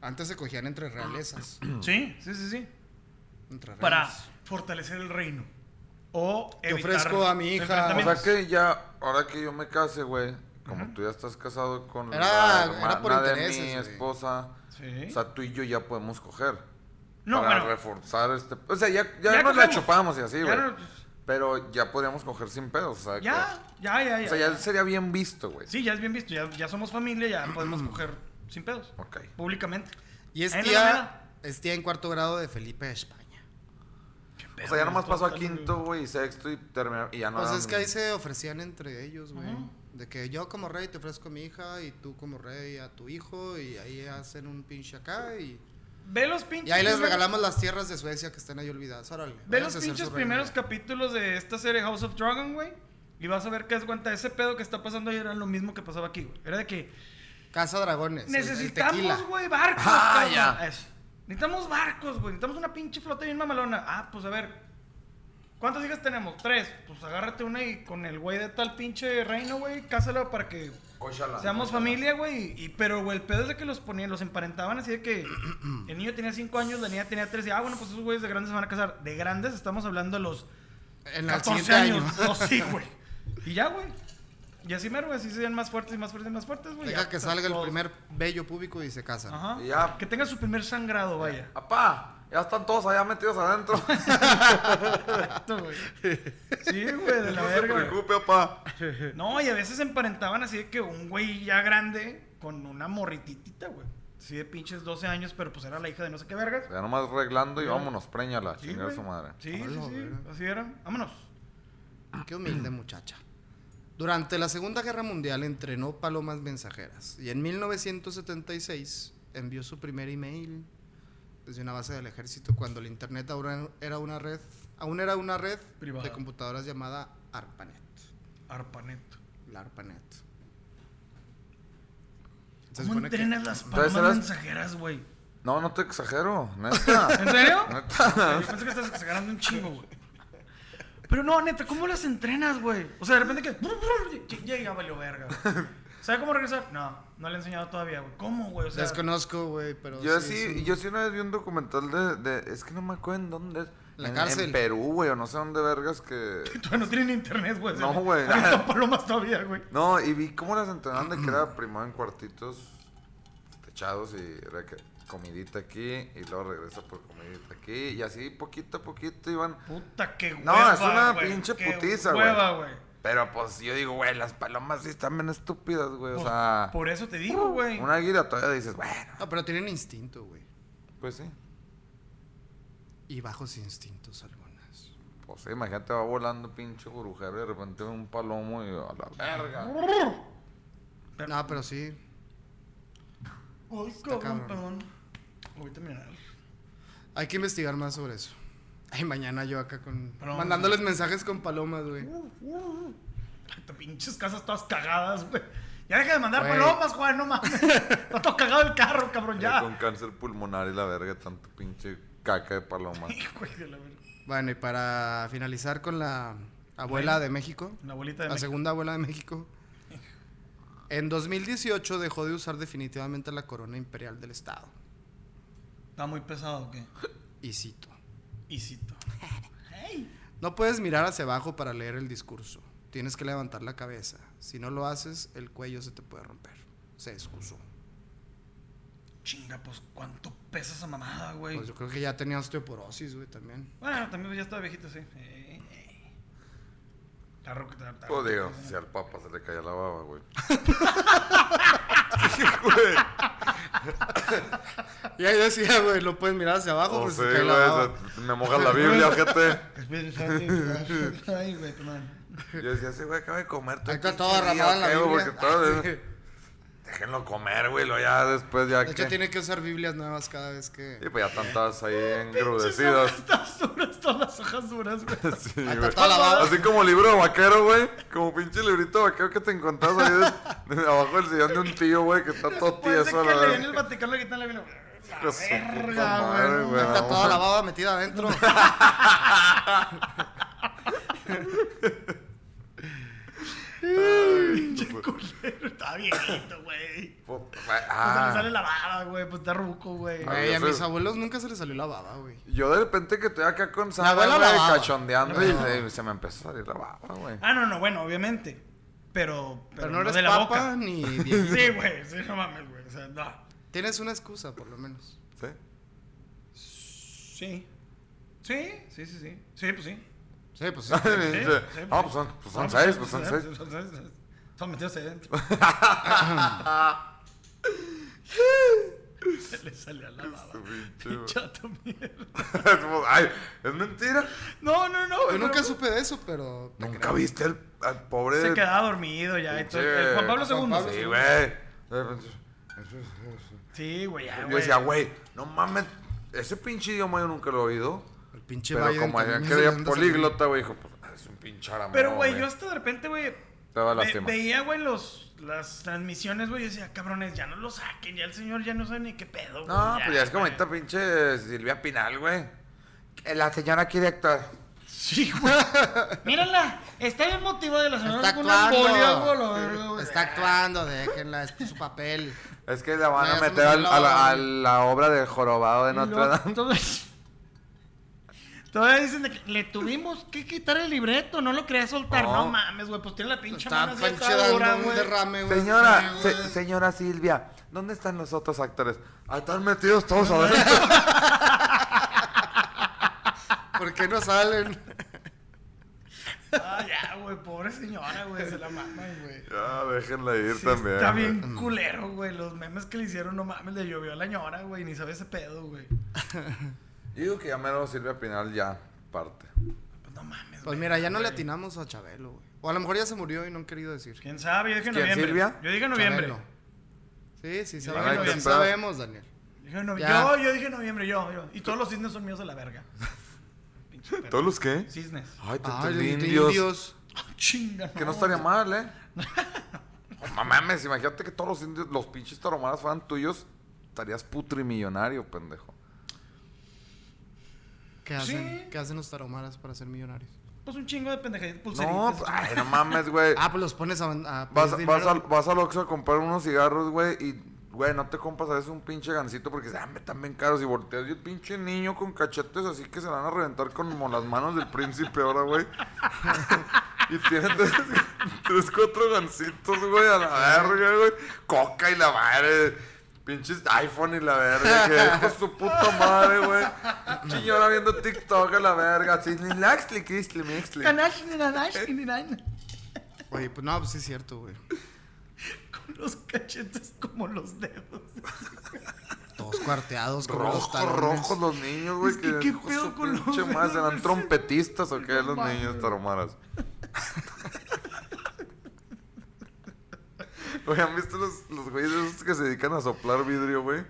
Antes se cogían entre realezas. Sí, sí, sí, sí. entre reyes. Para fortalecer el reino. O Te evitar ofrezco a mi hija. O enfrentamientos. sea que ya, ahora que yo me case, güey, como tú ya estás casado con Era- la era hermana por de mi intereses, güey. esposa, Sí. o sea, tú y yo ya podemos coger. No, para bueno. reforzar este... O sea, ya, ya, Ya nos la cogemos. chupamos y así, Ya güey. no- Pero ya podríamos coger sin pedos, o sea, Ya, ya, ya, que- ya. O sea, ya sería bien visto, güey. Sí, ya es bien visto. Ya, ya somos familia, ya [clears throat] podemos coger sin pedos. Ok. Públicamente. Y es Ahí no la tía, mera. es tía en cuarto grado de Felipe de España. O sea, ya nomás pasó a quinto, güey, y sexto y terminó. Y ya no. Pues eran- es que ahí se ofrecían entre ellos, güey. De que yo como rey te ofrezco a mi hija y tú como rey a tu hijo y ahí hacen un pinche acá y, Ve los pinches. y ahí les primeros- regalamos las tierras de Suecia que están ahí olvidadas. Órale. Ve váyanse los a hacer pinches su reino. primeros capítulos de esta serie House of Dragon, güey. Y vas a ver que es cuenta. Ese pedo que está pasando ahí era lo mismo que pasaba aquí, güey. Era de que Casa Dragones. el- el tequila. necesitamos, güey, barcos. Ah, cabrón. ya. Eso. Necesitamos barcos, güey. Necesitamos una pinche flota bien mamalona. Ah, pues a ver. ¿Cuántas hijas tenemos? Tres. Pues agárrate una y con el güey de tal pinche reino, güey, cásala para que Cóchala. Seamos familia, güey. y- Pero, güey, el pedo es de que los ponían, los emparentaban así de que [clears throat] el niño tenía 5 años, la niña tenía 3. Y, ah, bueno, pues esos güeyes de grandes se van a casar. De grandes estamos hablando de los En el 14 siguiente años. año. No, [laughs] sí, güey. Y ya, güey. Y así mero, güey, así serían más fuertes y más fuertes y más fuertes, güey. Deja Ya, pues, que salga el todos. primer bello público y se casan. Ajá. Y ya. Que tenga su primer sangrado, [laughs] vaya. Apá, ya están todos allá metidos adentro. Exacto, güey. Sí, güey, de [laughs] la No se verga. güey. preocupe, apá. No, y a veces se emparentaban así de que un güey ya grande con una morrititita, güey. Así de pinches 12 años, pero pues era la hija de no sé qué vergas. Ya nomás arreglando y vámonos, préñala. Sí, chingar güey. su madre. Sí, A sí, la sí, verga. Así era. Vámonos. Qué humilde muchacha. Durante la Segunda Guerra Mundial entrenó palomas mensajeras y en 1976 envió su primer email desde una base del ejército cuando el internet aún era una red, aún era una red Privada. de computadoras llamada ARPANET, Arpanet. la ARPANET. Se ¿Cómo supone que- entrenas las Entonces palomas eras- mensajeras, güey? No, no te exagero, neta. [laughs] ¿En serio? [laughs] Neta. Yo pensé que estás exagerando un chingo, güey. Pero no, neta, ¿cómo las entrenas, güey? O sea, de repente que. que Ya, ya valió verga. güey. [laughs] ¿Sabe cómo regresar? No, no le he enseñado todavía, güey. ¿Cómo, güey? O sea, Desconozco, güey, pero Yo sí, sí, es un- yo sí una vez vi un documental de, de- es que no me acuerdo en dónde es. La en, cárcel. En Perú, güey, o no sé dónde vergas que. [laughs] [laughs] todavía no tienen internet, güey. No, güey. Ahí están palomas todavía, güey. No, y vi cómo las entrenaban de que era primero en cuartitos techados y era que comidita aquí y luego regresa por comidita aquí y así poquito a poquito iban. Puta, qué hueva. No, es una güey. pinche Qué putiza, hueva, güey. güey. Pero pues yo digo, güey, las palomas sí están bien estúpidas, güey. O Pues, sea, Por eso te digo, güey. Uh, una águila todavía dices, bueno, No, pero tienen instinto, güey. pues sí. Y bajos instintos algunas. Pues sí, imagínate, va volando pinche gurujero y de repente un palomo y a la verga. Pero- No, pero sí. Ay, cabrón. cabrón, perdón. Ahorita mira. Hay que investigar más sobre eso. Ay, mañana yo acá con. Pero- Uh. mandándoles mensajes con palomas, güey. Pinches casas todas cagadas, güey. Ya deja de mandar Güey. palomas, Juan, [laughs] no mames. Está todo cagado el carro, cabrón, Ya. ya. Con cáncer pulmonar y la verga, tanto pinche caca de paloma. [laughs] Hijo de la verga. Bueno, y para finalizar con la abuela de México, La abuelita de la México. segunda abuela [laughs] de México, en 2018 dejó de usar definitivamente la corona imperial del Estado. Está muy pesado, ¿o qué? Y cito. Isito. No puedes mirar hacia abajo para leer el discurso. Tienes que levantar la cabeza. Si no lo haces, el cuello se te puede romper. Se excusó. Chinga, pues, ¿cuánto pesa esa mamada, güey? Pues yo creo que ya tenía osteoporosis, güey, también. [laughs] Bueno, también ya estaba viejito, sí. Eh, eh. Está ro- está- está Pues digo, roquito, sí. si al papa se le caía la baba, güey. Ah, Y ahí decía, güey, no puedes mirar hacia abajo, Oh, pues sí, se cae la baba. güey, se- me moja la Biblia, ojete. [laughs] Ay, güey, perdón. Yo decía, sí, güey, acaba de comer. Ahí está pinche todo día, arramado en la ¿qué, güey? Biblia. Porque [laughs] todo- [laughs] Sí. Déjenlo comer, güey, lo ya después ya De hecho, que... tiene que usar Biblias nuevas cada vez que... Y pues ya tantas ahí engrudecidas. Estas duras, todas las hojas duras, güey. [laughs] Sí, está güey. toda la baba. Así como libro vaquero, güey. Como pinche librito vaquero que te encontrás ahí de- de abajo del sillón de un tío, güey, que [laughs] está todo Puede ser tieso. Pues, que la le en el verga. Vaticano le quitan la Biblia. La Hijo de su puta verga, madre, güey. güey, Está no, Ah, toda la baba metida [laughs] adentro. Pinche culero. Está viejito, güey. puta- Pues se ah. le sale la baba, güey. Pues está ruco, güey. Ah, Güey, a eso- mis abuelos nunca se les salió la baba, güey. Yo de repente que estoy acá con Sara, abuela güey, la baba. cachondeando y se, se me empezó a salir la baba, güey. Ah, no, no, bueno, obviamente. Pero, Pero, no no eres de la papa boca. [laughs] ni... viejito. Sí, güey. Sí, no mames, güey. O sea, no. Tienes una excusa, por lo menos. ¿Sí? [laughs] Sí. Sí, sí, sí, sí. Sí, pues sí. Sí, [laughs] pues sí. Sí, Ah, pues son, pues son seis, pues son seis. Son seis. Son metidos ahí dentro. [laughs] Se le sale a la baba. [laughs] Pinche, güey. [laughs] Chato mierda. [laughs] Es como, Ay, es mentira. No, no, no. Yo pero- pues nunca supe de eso, pero... te Nunca creo. viste al, al pobre. Se quedaba dormido ya. Pinche- entonces, el Juan Pablo Juan Pablo II. Sí, güey. Sí, Sí, güey, ya, Yo güey. decía, güey, no mames, ese pinche idioma yo nunca lo he oído. El pinche Pero Biden como decían también que se era presenta políglota, güey, dijo, pues es un pinche aramón. Pero, güey, yo hasta de repente, güey. Te va a ve- lastimar. veía, güey, los, las transmisiones, güey. y decía, cabrones, ya no lo saquen. Ya el señor ya no sabe ni qué pedo, güey. No, pues ya es como güey. esta pinche Silvia Pinal, güey. Que La señora aquí de actuar. Sí, güey. Mírala, está bien motivada de la señora Está con una embolia, güey, la verga, actuando. güey. Está actuando, déjenla, este es su [laughs] papel. Es que la van a No, ya somos meter al- del a, la, lado, a la obra del jorobado de Notre Lo- Dame. todo- Todavía dicen de que le tuvimos que quitar el libreto, no lo quería soltar. No. No, mames, güey, pues tiene la pinche Está mano así pinche toda dura, dando un güey. derrame, güey. Señora, Sí, se- güey. señora Silvia, ¿dónde están los otros actores? Ah, están metidos todos adentro. ¿Por qué no salen? [laughs] Ah, ya, güey, pobre señora, güey. Se la maman, güey. [laughs] Ya, déjenla ir Sí, también. está güey. bien culero, güey. Los memes que le hicieron, no mames, le llovió a la ñora, güey. Ni sabe ese pedo, güey. Pues Yo digo que ya menos Silvia Pinal ya parte. Pues no mames, Pues güey. mira, ya no le atinamos a Chabelo, güey. O a lo mejor ya se murió y no han querido decir. ¿Quién sabe? Yo dije ¿Quién, noviembre. Silvia? Yo dije noviembre. Chabelo. Sí, sí, Yo digo sabemos, sí noviembre. sabemos, Daniel. Dije novi- Ya. Yo, yo dije noviembre, yo, yo. Y todos los cisnes son míos a [laughs] la verga. Pinche perro. ¿Todos los qué? Cisnes. Ah, Ay, te Ay, entendí, de indios. Chinga. Que no estaría mal, ¿eh? [laughs] No mames, imagínate que todos los indios, los pinches taromaras fueran tuyos, estarías putrimillonario, pendejo. ¿Qué hacen? Sí. ¿Qué hacen los taromaras para ser millonarios? Pues un chingo de pendejaditas No, pues, pulseritas. ay, no mames, güey. [laughs] Ah, pues los pones a... a Vas, pedir vas, dinero. al, vas al Oxxo a comprar unos cigarros, güey, y, güey, no te compras a veces un pinche gancito porque se me están bien caros. Y volteas y el pinche niño con cachetes así que se van a reventar como las manos del príncipe ahora, güey. [laughs] y tienen tres, tres, cuatro gancitos, güey, a la verga, güey. Coca y la madre. Pinches iPhone y la verga, [laughs] que hijo de su puta madre, güey. Señora viendo TikTok a la verga, así, ni laxli, quisli, mixli. Canash, ni Eh. nanash, ni nan. Oye, pues no, pues sí es cierto, güey. Con los cachetes como los dedos. Todos cuarteados como los Rojos, talones. rojos los niños, güey. Es que que qué hijo de su pedo con los pinche madre, dedos. ¿Serán trompetistas o qué los niños taromaras? Güey, ¿han visto los, los güeyes esos que se dedican a soplar vidrio, güey?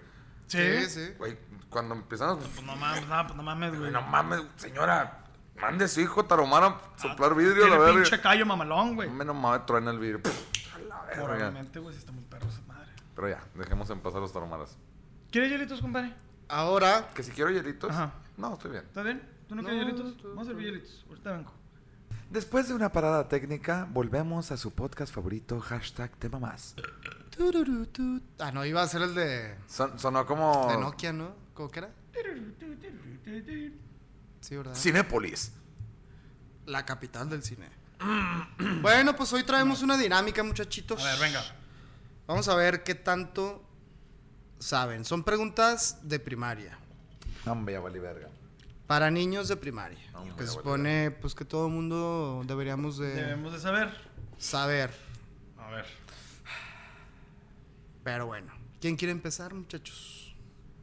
Sí. Sí, sí. Güey, cuando empiezan a... Pues no mames, no, pues no mames, Güey, güey. No mames, señora. Mande a su hijo taromara a soplar vidrio, la Tiene verga. pinche callo mamalón, güey. Menos mames, truena el vidrio. Pff, a la verga. Probablemente, güey, si está muy perro esa madre. Pero ya, dejemos en paz a los taromaras. ¿Quieres hielitos, compadre? Ahora, Que si quiero hielitos. Ajá. No, estoy bien. ¿Está bien? ¿Tú no quieres hielitos? Vamos a servir hielitos. Ahorita vengo. Después de una parada técnica, volvemos a su podcast favorito, hashtag tema más. tururú, tu- ah, no, iba a ser el de, sonó como... de Nokia, ¿no? ¿Cómo que era? Sí, ¿verdad? Cinépolis. La capital del cine. bueno, pues hoy traemos una dinámica, muchachitos. Mm. A ver, venga. Vamos a ver qué tanto saben. Son preguntas de primaria. No, hombre, ya valí verga. Para niños de primaria. Hombre, que se güey, supone pues que todo mundo deberíamos de Debemos de saber. saber. A ver. Pero bueno. ¿Quién quiere empezar, muchachos?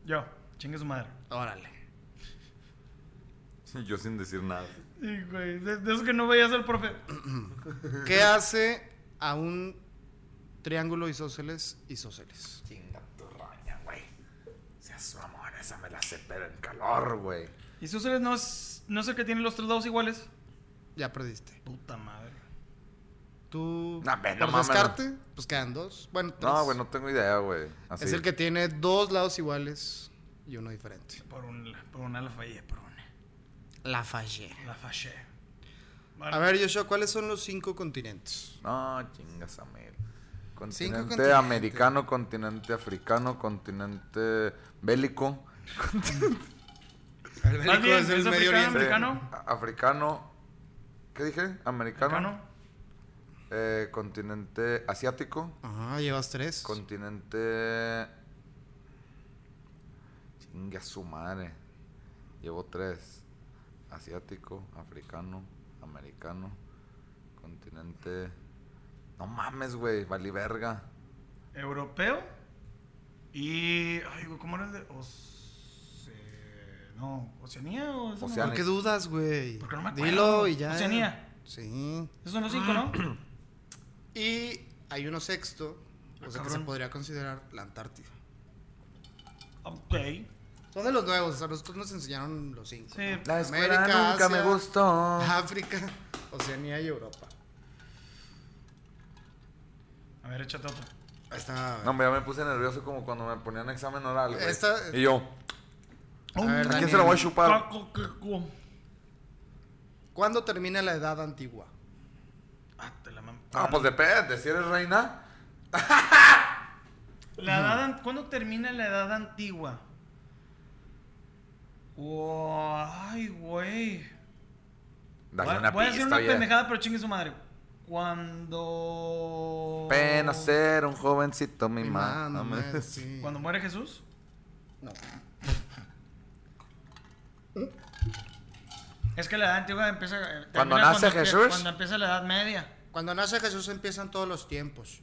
Yo. Chingue su madre. Órale. [laughs] Sí, Yo sin decir nada. Sí, güey. De, de esos que no veías al profe. ¿Qué hace a un triángulo isósceles isósceles? Chinga tu roña, güey. Seas su amor, esa me la sé, pero en calor, güey. ¿Y si ustedes no es, no es el que tiene los tres lados iguales? Ya perdiste. Puta madre. Tú No, hombre, no por mames, no. descarte, pues quedan dos. Bueno, tres. No, güey, no tengo idea, güey. Así. Es el que tiene dos lados iguales y uno diferente. Por, un, por una la fallé, por una. La fallé. La fallé. A ver, Joshua, ¿cuáles son los cinco continentes? No, chingas a mí. Continente continentes. americano, continente africano, continente bélico. El Más bien, es africano, ¿Americano? Eh, a- africano. ¿Qué dije? Americano. ¿Cano? Eh, continente asiático. Ajá, llevas tres. Continente. Chinga su madre. Llevo tres: asiático, africano, americano. Continente. No mames, güey, vali verga. Europeo. Y. Ay, güey, ¿cómo era el de.? Oce- No, Oceanía o eso no? Oceanía. ¿Por qué dudas, güey? Porque no me acuerdo. Dilo y ya. Oceanía. Sí. Esos son los [clears throat] cinco, ¿no? Y hay uno sexto, o sea que se cabrón. podría considerar la Antártida. ok. Son de los nuevos, a nosotros nos enseñaron los cinco. Sí. ¿no? La escuela América, nunca Asia, me gustó. África, [laughs] Oceanía y Europa. A ver, échate otro. Ahí está. No, hombre, ya me puse nervioso como cuando me ponían examen oral, güey. Esta- Y yo, a ver, ¿a quién Daniel, se lo voy a chupar? Caco, caco. ¿Cuándo termina la edad antigua? Ah, te la mam. Ah, pues depende, si eres reina. La edad an- ¿Cuándo termina la edad antigua? Wow, ay, güey. Dale Voy a- una voy a hacer pista, una vieja. pendejada, pero chingue su madre. Cuando. Pena ser un jovencito, mi, Mi mamá. mamá, [laughs] sí. Cuando muere Jesús. No. [laughs] Es que la edad antigua empieza. eh, Cuando termina nace empie- Jesús. Cuando empieza la edad media. Cuando nace Jesús empiezan todos los tiempos.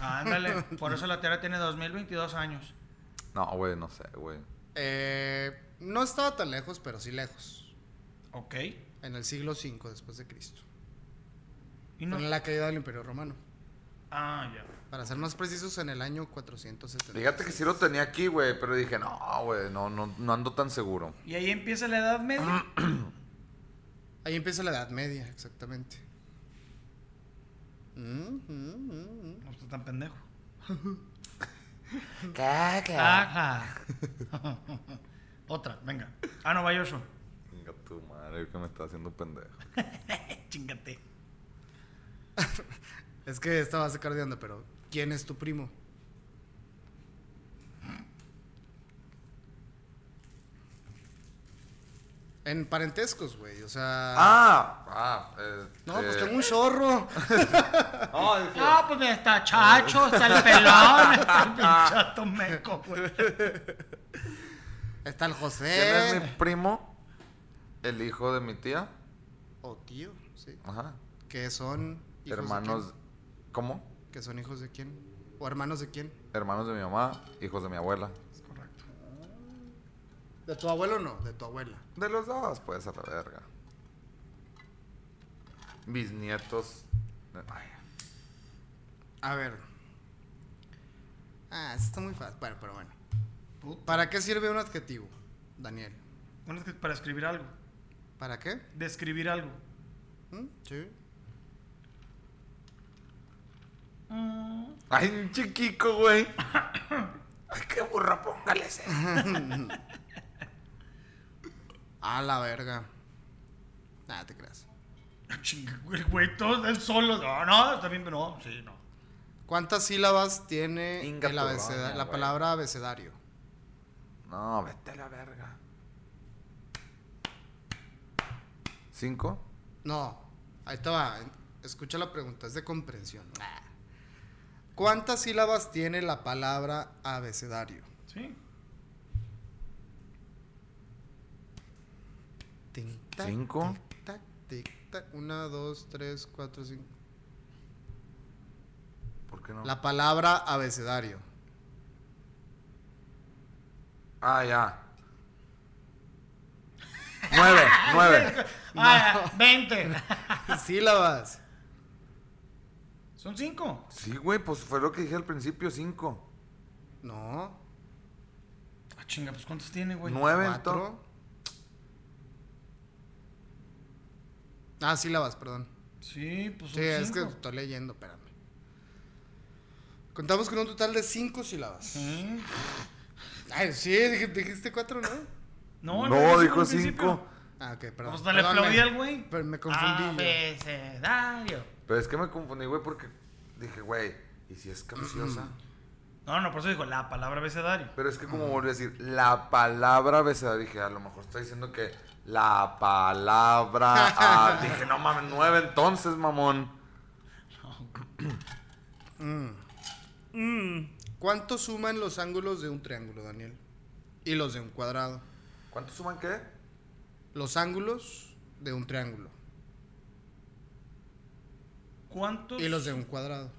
Ándale. por eso la Tierra tiene 2022 años. No, güey, no sé, güey. Eh, no estaba tan lejos, pero sí lejos. Ok. En el siglo V después de Cristo. Y no. Con la caída del Imperio Romano. Ah, ya. Para ser más precisos, en el año 470. Fíjate que sí lo tenía aquí, güey, pero dije, no, güey, no, no, no ando tan seguro. Y ahí empieza la edad Ah. media. Ahí empieza la Edad Media, exactamente. Mm, mm, mm, mm. No está tan [laughs] pendejo. Caca. Ajá. [laughs] Otra, venga. Ah, no, va Joshua. Venga, tu madre, que me está haciendo pendejo. Chingate. Es que estaba a sacar de onda, pero ¿quién es tu primo? En parentescos, güey. O sea. Ah, ah, eh, no, pues eh, tengo un Ah, chorro. No, pues está chacho, está [laughs] el pelón, está el pinchato meco, güey. Está [laughs] el ¿Quién es mi José. primo? El hijo de mi tía. O tío, sí. Ajá. Que son. hijos de Hermanos. ¿Cómo? quién? Que son hijos de quién. O hermanos de quién. Hermanos de mi mamá, hijos de mi abuela. De tu abuelo no, de tu abuela. De los dos, pues, a la verga. Bisnietos. Ay, A ver. Ah, esto está muy fácil. Bueno, pero bueno. ¿Para qué sirve un adjetivo, Daniel? Bueno, es que para escribir algo. ¿Para qué? Describir algo. ¿Mm? Sí. Ay, un chiquico, güey. [coughs] A la verga. Nada, te creas. Ah, Chinga, El güey, todo él solo. No, no, está bien, pero no. Sí, no. ¿Cuántas sílabas tiene Inga el tu abeceda- roña, la güey. palabra abecedario? No, vete a la verga. ¿Cinco? No, ahí te va. Escucha la pregunta, es de comprensión. Ah. ¿Cuántas sílabas tiene la palabra abecedario? Sí. Tin, tac, ¿Cinco? tic, tac, tic, tac. Una, dos, tres, cuatro, cinco. ¿Por qué no? La [laughs] palabra abecedario. Ah, ya. Nueve, nueve. Ah, 20. sílabas. Son 5. Sí, güey, pues fue lo que dije al principio, cinco. No. Ah, chinga, pues ¿cuántos tiene, güey? Nueve, entonces. Cuatro. Ah, sílabas, perdón. Sí, pues Sí, son es que cinco. estoy leyendo, espérame. Contamos con un total de cinco sílabas. Sí. Ay, sí, dij- dijiste cuatro, ¿no? No, No, yo dijo dije al cinco. principio. Ah, ok, perdón. Pues le Perdón, aplaudí me- al güey. Ah, Pero me confundí. yo. Abecedario. Pero es que me confundí, güey, porque dije, güey, ¿y si es [clears throat] capciosa? No, no, por eso dijo la palabra abecedario. Pero es que como volví a decir, la palabra abecedario, dije, a lo mejor está diciendo que la palabra... [laughs] ah, dije, no mames, nueve entonces, mamón. ¿Cuánto suman los ángulos de un triángulo, Daniel? Y los de un cuadrado. ¿Cuánto suman qué? Los ángulos de un triángulo. ¿Cuántos? Y los de un cuadrado.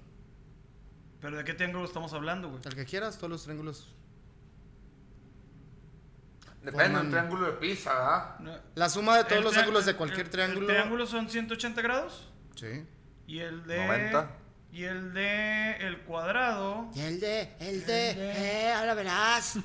¿Pero de qué triángulo estamos hablando, güey? El que quieras, todos los triángulos. Depende Forman- del triángulo de pizza, ¿verdad? La suma de todos El los trián- ángulos de el- cualquier el- triángulo. El triángulo son 180 grados. Sí. Y el de. 90. Y el de. El cuadrado. el de, el de, eh, [laughs] ahora verás.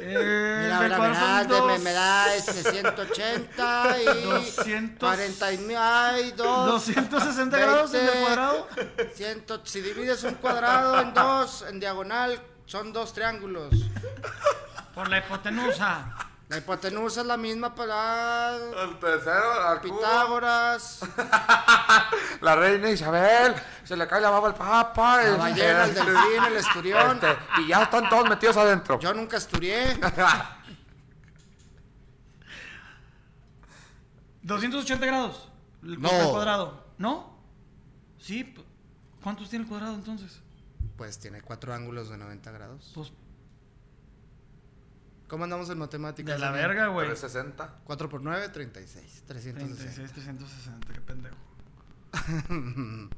eh, Mira, el del ahora cuadrado verás, son me, dos- me da este 180 y 200. 40 y mi- ay, dos, 260 grados en el 20. cuadrado. 100. si divides un cuadrado en dos, en diagonal, son dos triángulos. Por la hipotenusa. La hipotenusa es la misma para El tercero, al cubo. [laughs] Pitágoras, La reina Isabel, se le cae la baba al papa. la el- ballena, el delfín, el esturión. Este, y ya están todos metidos adentro. [laughs] Yo nunca esturié. 280 grados. El No. el cuadrado. ¿No? Sí. p- ¿Cuántos tiene el cuadrado entonces? Pues tiene cuatro ángulos de 90 grados. Pues. ¿Cómo andamos en matemáticas? De la Daniel? verga, Pues. güey. 360. 4 por 9, 36. 360. 36, 360, qué [laughs] pendejo.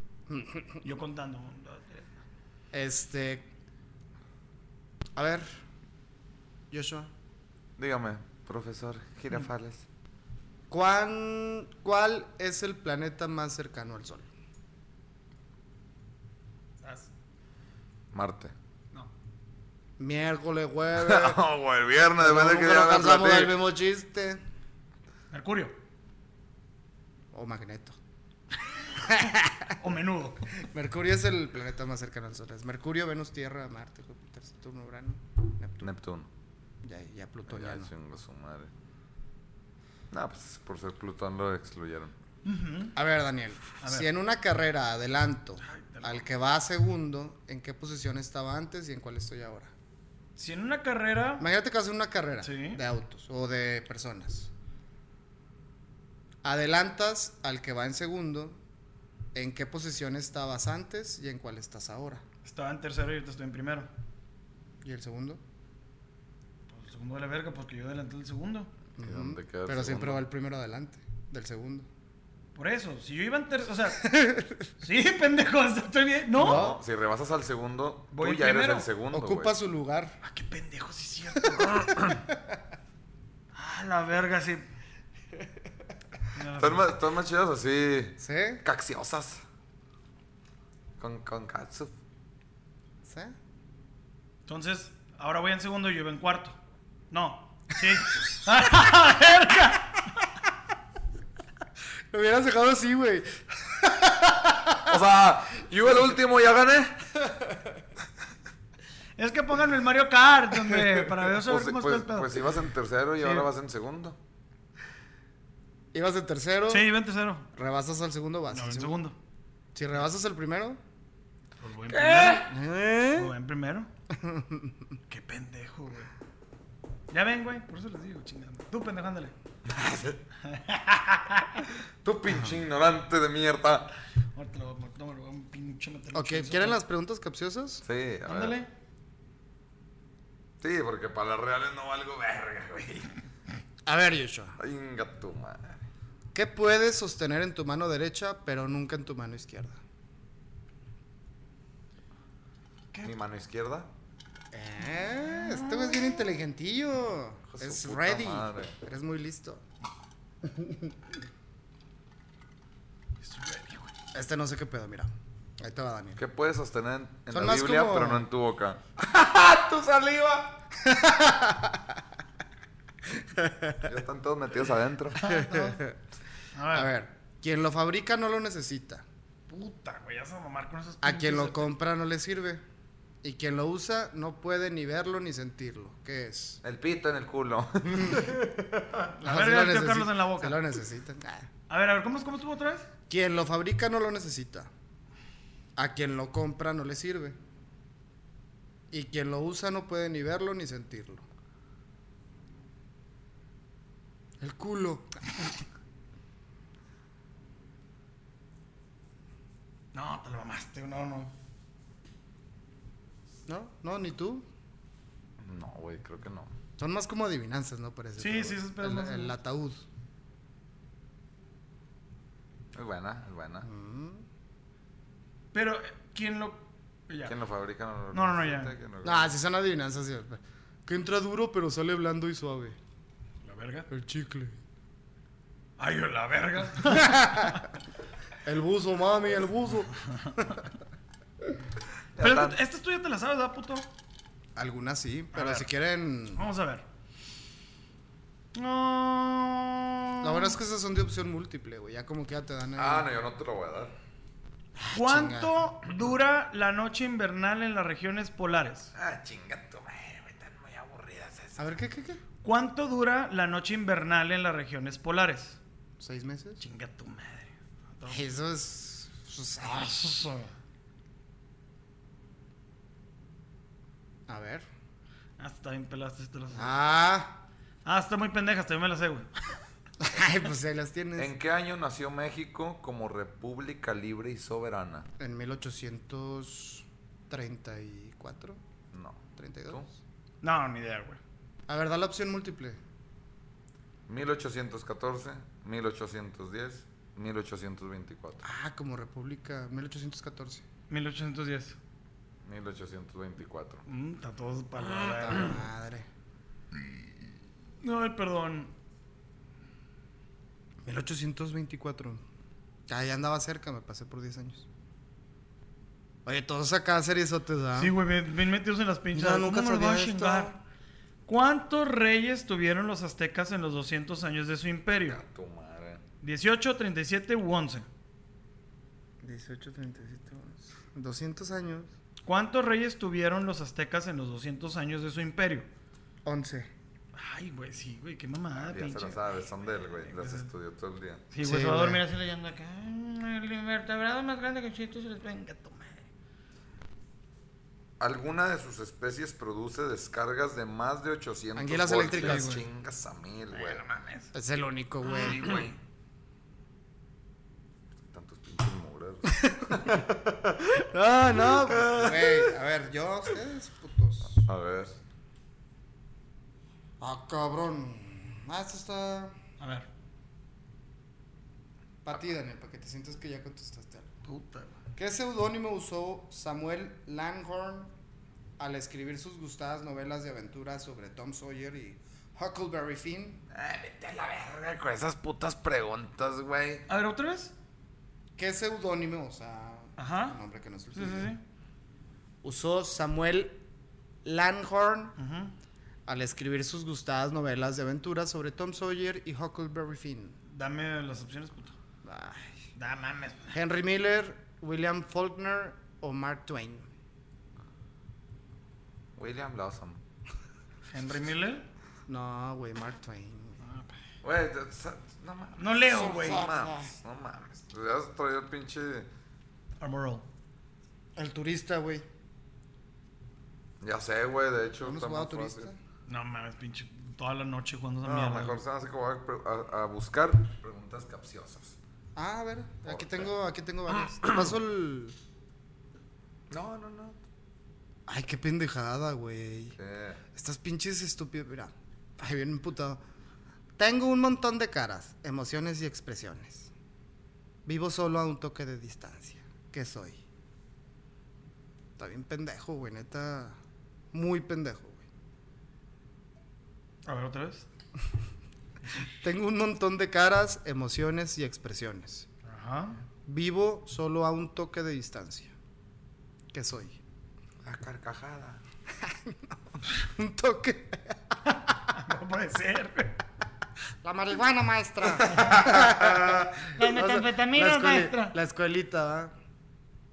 Yo contando. Este. A ver. Joshua. Dígame, profesor Girafales. ¿cuán- ¿Cuál es el planeta más cercano al Sol? Mm. [laughs] Marte. No. Miércoles, jueves. [laughs] No, güey, Oh, el viernes, depende de que Nunca ya nos la cansamos del platique. mismo chiste. Mercurio. O Magneto. O menudo. Mercurio es el planeta más cercano al Sol. Es Mercurio, Venus, Tierra, Marte, Júpiter, Saturno, Urano, Neptuno. Neptuno. Ya, ya Plutón ya Ya, no. chingo su madre. No, pues por ser Plutón lo excluyeron. A ver, Daniel. Si en una carrera adelanto al que va segundo, ¿en qué posición estaba antes y en cuál estoy ahora? Si en una carrera. Imagínate que vas en una carrera Sí. de autos o de personas. Adelantas al que va en segundo. ¿En qué posición estabas antes y en cuál estás ahora? Estaba en tercero y ahorita estoy en primero. ¿Y el segundo? Pues el segundo de la verga, porque yo adelanté el segundo. ¿Y dónde queda el Pero siempre segundo? va el primero adelante del segundo. Por eso, si yo iba en tercero. [laughs] O sea. sí, pendejo, [laughs] estoy bien. No. No, si rebasas al segundo, Voy tú ya eres primero. el segundo. Ocupa güey. su lugar. Ah, qué pendejo, sí es cierto. ah, la verga, sí. Están más, están más chidas así. ¿Sí? Caxiosas. Con, con catsup. ¿Sí? Entonces, ahora voy en segundo y yo iba en cuarto. No. Sí. ¡Ah, verga! Lo hubieras dejado así, güey. O sea, yo iba el último, ya gané. Es que pónganme el Mario Kart, hombre, [laughs] para ver saber Pues, cómo pues- está el pedo. pues ibas en tercero y ahora vas en segundo. Ibas de tercero, sí, iba en tercero. rebasas al segundo, vas. No, al en segundo. segundo. Si rebasas el primero, Pues voy en primero. Pues voy en [laughs] primero. Qué pendejo, güey. Ya ven, güey, por eso les digo, chingando. Tú, pendejo, ándale. Tú pinche ignorante de mierda. Ahorita lo voy a no, me lo voy a un pinche meter. ok, ¿quieren las preguntas capciosas? Sí, a Ándale. ver. Sí, porque para las reales no valgo verga, güey. A ver, Joshua. Venga tu madre. ¿Qué puedes sostener en tu mano derecha, pero nunca en tu mano izquierda? Mi mano izquierda. Eh, este güey es bien inteligentillo. Hijo de Es su puta ready. madre. Eres muy listo. Este no sé qué pedo, mira. Ahí te va Daniel. ¿Qué puedes sostener en, en Son la más Biblia, como- pero no en tu [laughs] boca? ¡Tu saliva! [laughs] Ya están todos metidos adentro. A ver, quien lo fabrica no lo necesita. Puta, güey, ya se va a mamar con esos A quien lo pinches- compra no le sirve. Y quien lo usa no puede ni verlo ni sentirlo. ¿Qué es? El pito en el culo. [laughs] La Ah, sí verga lo del tío necesi- Carlos en la boca. sí lo necesitan. Ah. A ver, a ver, ¿cómo, cómo estuvo otra vez? Quien lo fabrica no lo necesita. A quien lo compra no le sirve. Y quien lo usa no puede ni verlo ni sentirlo. El culo. No, te lo mamaste, no, no. ¿No? ¿No? ¿Ni tú? No, güey, creo que no. Son más como adivinanzas, ¿no? Parece. Sí, Pero sí, esos pedos El, más- el ataúd. Es buena, es buena. Mm. Pero, eh, ¿quién lo...? Ya. ¿Quién lo fabrica? No, No, no, no, ya. ¿Quién lo- Ah, sí son adivinanzas. sí. Que entra duro pero sale blando y suave. La verga. El chicle. Ay, la [laughs] verga. El buzo, mami, el buzo. Pero están. esta esta tú ya te la sabes, ¿verdad, puto? Algunas sí, pero ver. si quieren... Vamos a ver. No. La verdad es que esas son de opción múltiple, güey. Ya como que ya te dan... ahí- Ah, no, yo no te lo voy a dar. Ah, ¿Cuánto dura la noche invernal en las regiones polares? Ah, chinga tu madre, güey, están muy aburridas esas. A ver, ¿qué, qué, qué? ¿Cuánto dura la noche invernal en las regiones polares? ¿Seis meses? Chinga tu madre. Eso es... pues, ah, A ver. Ah, está bien pelaste, te la sé. Ah. [laughs] Ah, está muy pendeja, también me la sé, güey. Ay, pues ahí las tienes. ¿En qué año nació México como república libre y soberana? En 1834, No. 32. ¿Tú? No, ni idea, güey. A ver, da la opción múltiple. 1814, 1810, 1824. Ah, como República, 1814. 1810. 1824. Mm, está todo para la Ah. verga. Madre. Ay, perdón. 1824. Ah, ya andaba cerca, me pasé por 10 años. Oye, todos acá seriesotes, ¿ah? ¿verdad? Sí, güey, bien, bien metidos en las pinches. Mira, nunca ¿Cómo me lo sabía voy a esto. chingar? ¿Cuántos reyes tuvieron los aztecas en los 200 años de su imperio? Ya, tu madre. 18, 37 u 11. 18, 37, 200 años. ¿Cuántos reyes tuvieron los aztecas en los 200 años de su imperio? 11. Ay, güey, sí, güey, qué mamada, Ya se Ah, pinche. lo sabes, son de él, güey. Las estudió todo el día. Sí, güey, Sí, se va a güey. dormir así. Así leyendo acá. "Mm, El invertebrado más grande que existe se les venga tu madre. Alguna de sus especies produce descargas de más de 800 Anguilas voltios. eléctricas, güey. Chingas a mil, güey. Es el único, güey. Tantos pinches mugres. No, no, güey. A ver, yo, ustedes, putos. A ver. Ah, cabrón. Ah, esto está. A ver. Para ti, Daniel, para que te sientas que ya contestaste algo. ¿Qué seudónimo usó Samuel Langhorne al escribir sus gustadas novelas de aventura sobre Tom Sawyer y Huckleberry Finn? Ay, vete a la verga con esas putas preguntas, güey. A ver, ¿otra vez? ¿Qué seudónimo, o sea, Ajá. un nombre que no es el Sí, sí, suyo, sí. usó Samuel Langhorne al escribir sus gustadas novelas de aventuras sobre Tom Sawyer y Huckleberry Finn. Ah. Dame las opciones, puto. Ay. Da mames. Henry Miller, William Faulkner o Mark Twain. William Blossom. Henry Miller. No, güey, Mark Twain. Güey, t- t- no mames. No leo, güey. No mames, no mames. Te has traído el pinche. Armorall. El turista, güey. Ya sé, güey, de hecho. ¿Hemos está jugado más fácil. turista? No mames, pinche. Toda la noche jugando esa No, mierda. mejor güey. se me hace que voy a pre- a, a buscar preguntas capciosas. Ah, a ver, aquí Porter. tengo, aquí tengo [clears throat] varios. Te paso el. No, no, no. Ay, qué pendejada, güey. Eh, Estas pinches estúpidas. Mira, ahí viene emputado. Tengo un montón de caras, emociones y expresiones. Vivo solo a un toque de distancia. ¿Qué soy? Está bien pendejo, güey, neta. Muy pendejo, güey. A ver, otra vez. Tengo un montón de caras, emociones y expresiones. [laughs] Ajá. Vivo solo a un toque de distancia. ¿Qué soy? [laughs] la carcajada. Un toque. No puede ser, güey. La marihuana, maestra. Las O sea, metanfetaminas, escueli- maestra. La escuelita, ¿va?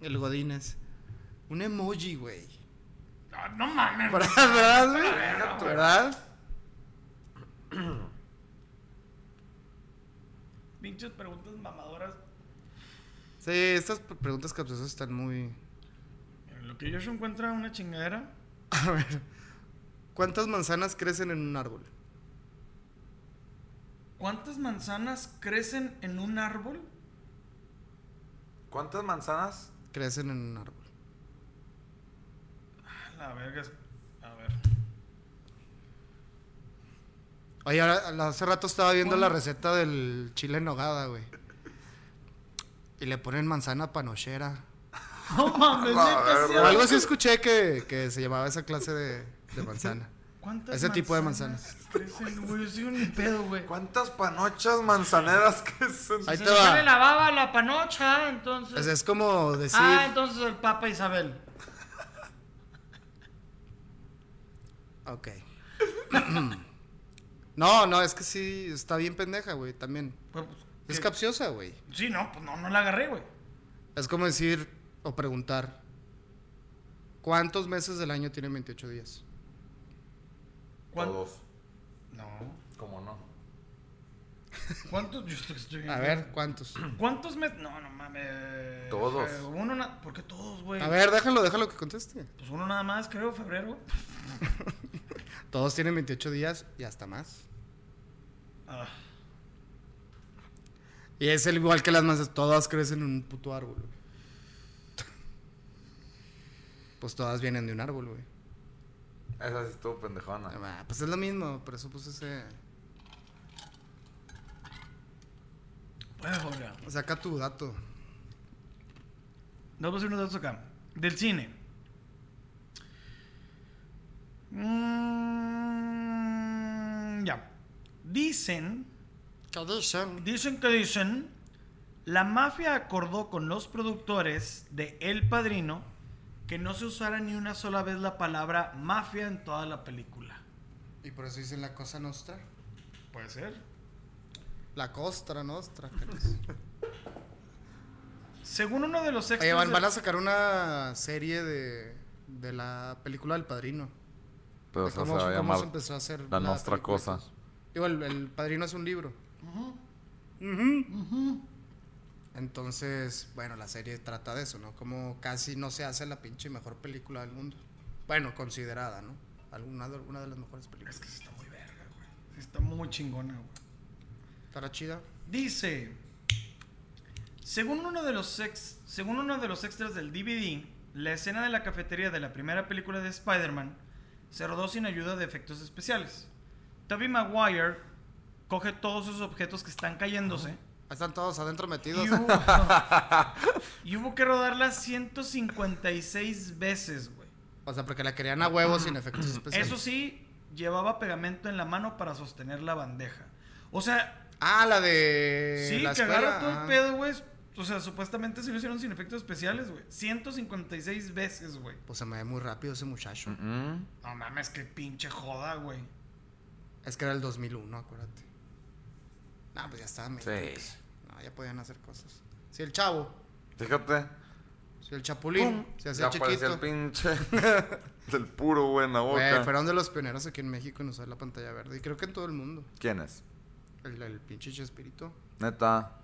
El Godínez. Un emoji, [laughs] güey. Ah, [laughs] No mames. ¿Verdad, verdad, güey? ¿Verdad? Pinches preguntas mamadoras. Sí, estas p- preguntas capciosas están muy. En lo que Joshua encuentra una chingadera. A ver. ¿Cuántas manzanas crecen en un árbol? ¿Cuántas manzanas crecen en un árbol? ¿Cuántas manzanas? Crecen en un árbol. A la verga. es- A ver. Oye, ahora- hace rato estaba viendo la receta del chile en nogada, güey. Y le ponen manzana panochera. No mames, A ver, O algo así escuché que, que se llamaba esa clase de, [laughs] de manzana. ¿Cuántas Ese tipo de Crecen, güey. Yo soy un pedo, güey. ¿Cuántas panochas manzaneras que son? Ahí te Se le sale va. la baba a la panocha, entonces. Pues es como decir. Ah, entonces el Papa Isabel. Ok. [clears throat] no, no, es que sí, está bien pendeja, güey, también. Pues, pues, Es ¿qué? capciosa, güey. Sí, no, pues no, no la agarré, güey. Es como decir o preguntar. ¿Cuántos meses del año tienen 28 días? ¿Cuán- Todos. No. ¿Cómo no? ¿Cuántos? Yo estoy, estoy- A ver, ¿cuántos? ¿Cuántos meses? No, no mames. Todos. Eh, uno na- ¿Por qué todos, güey? A ver, déjalo, déjalo que conteste. Pues uno nada más, creo, febrero. Todos tienen 28 días y hasta más. Ah, Y es el igual que las masas, todas crecen en un puto árbol, güey. Pues todas vienen de un árbol, güey. Esa sí estuvo pendejona. Ah, Pues es lo mismo, por eso puse ese. pues, joder. Saca tu dato. Nos vamos a ir unos datos acá. Del cine. Mm, ya. Dicen, ¿Qué dicen? dicen que dicen, la mafia acordó con los productores de El Padrino que no se usara ni una sola vez la palabra mafia en toda la película. Y por eso dicen la cosa nostra. Puede ser. La costra nostra. ¿qué es? Según uno de los extras Oye, van, del- van a sacar una serie de, de la película del padrino. Pero De o sea, se cómo- va a cómo llamar se empezó a hacer la la nuestra película. cosa. Digo, el, el padrino es un libro. Ujú. Entonces, bueno, la serie trata de eso, ¿no? Como casi no se hace la pinche mejor película del mundo. Bueno, considerada, ¿no? Alguna de, una de las mejores películas. Es que sí está muy verga, güey. Sí Está muy chingona, güey. ¿Estará chida? Dice, según uno, de los ex- según uno de los extras del DVD, la escena de la cafetería de la primera película de Spider-Man se rodó sin ayuda de efectos especiales. Tobey Maguire coge todos esos objetos que están cayéndose Ahí Están todos adentro metidos. y hubo, y hubo que rodarla 156 veces, güey. O sea, porque la querían a huevos sin efectos especiales. Eso sí, llevaba pegamento en la mano para sostener la bandeja. O sea, Ah, la de. Sí, la que escuela, agarra todo ah. el pedo, güey. O sea, supuestamente sí lo hicieron sin efectos especiales, güey. 156 veces, güey. Pues se me ve muy rápido ese muchacho. No mames, qué pinche joda, güey. Es que era el 2001, acuérdate. No, pues ya estaba medio. Sí. No, ya podían hacer cosas. Si el chavo, Fíjate. si el chapulín, se hacía apareció chiquito. el pinche. [laughs] del puro, güey, en la boca. Güey, fueron de los pioneros aquí en México en usar la pantalla verde. Y creo que en todo el mundo. ¿Quién es? El, el pinche Chespirito. Neta.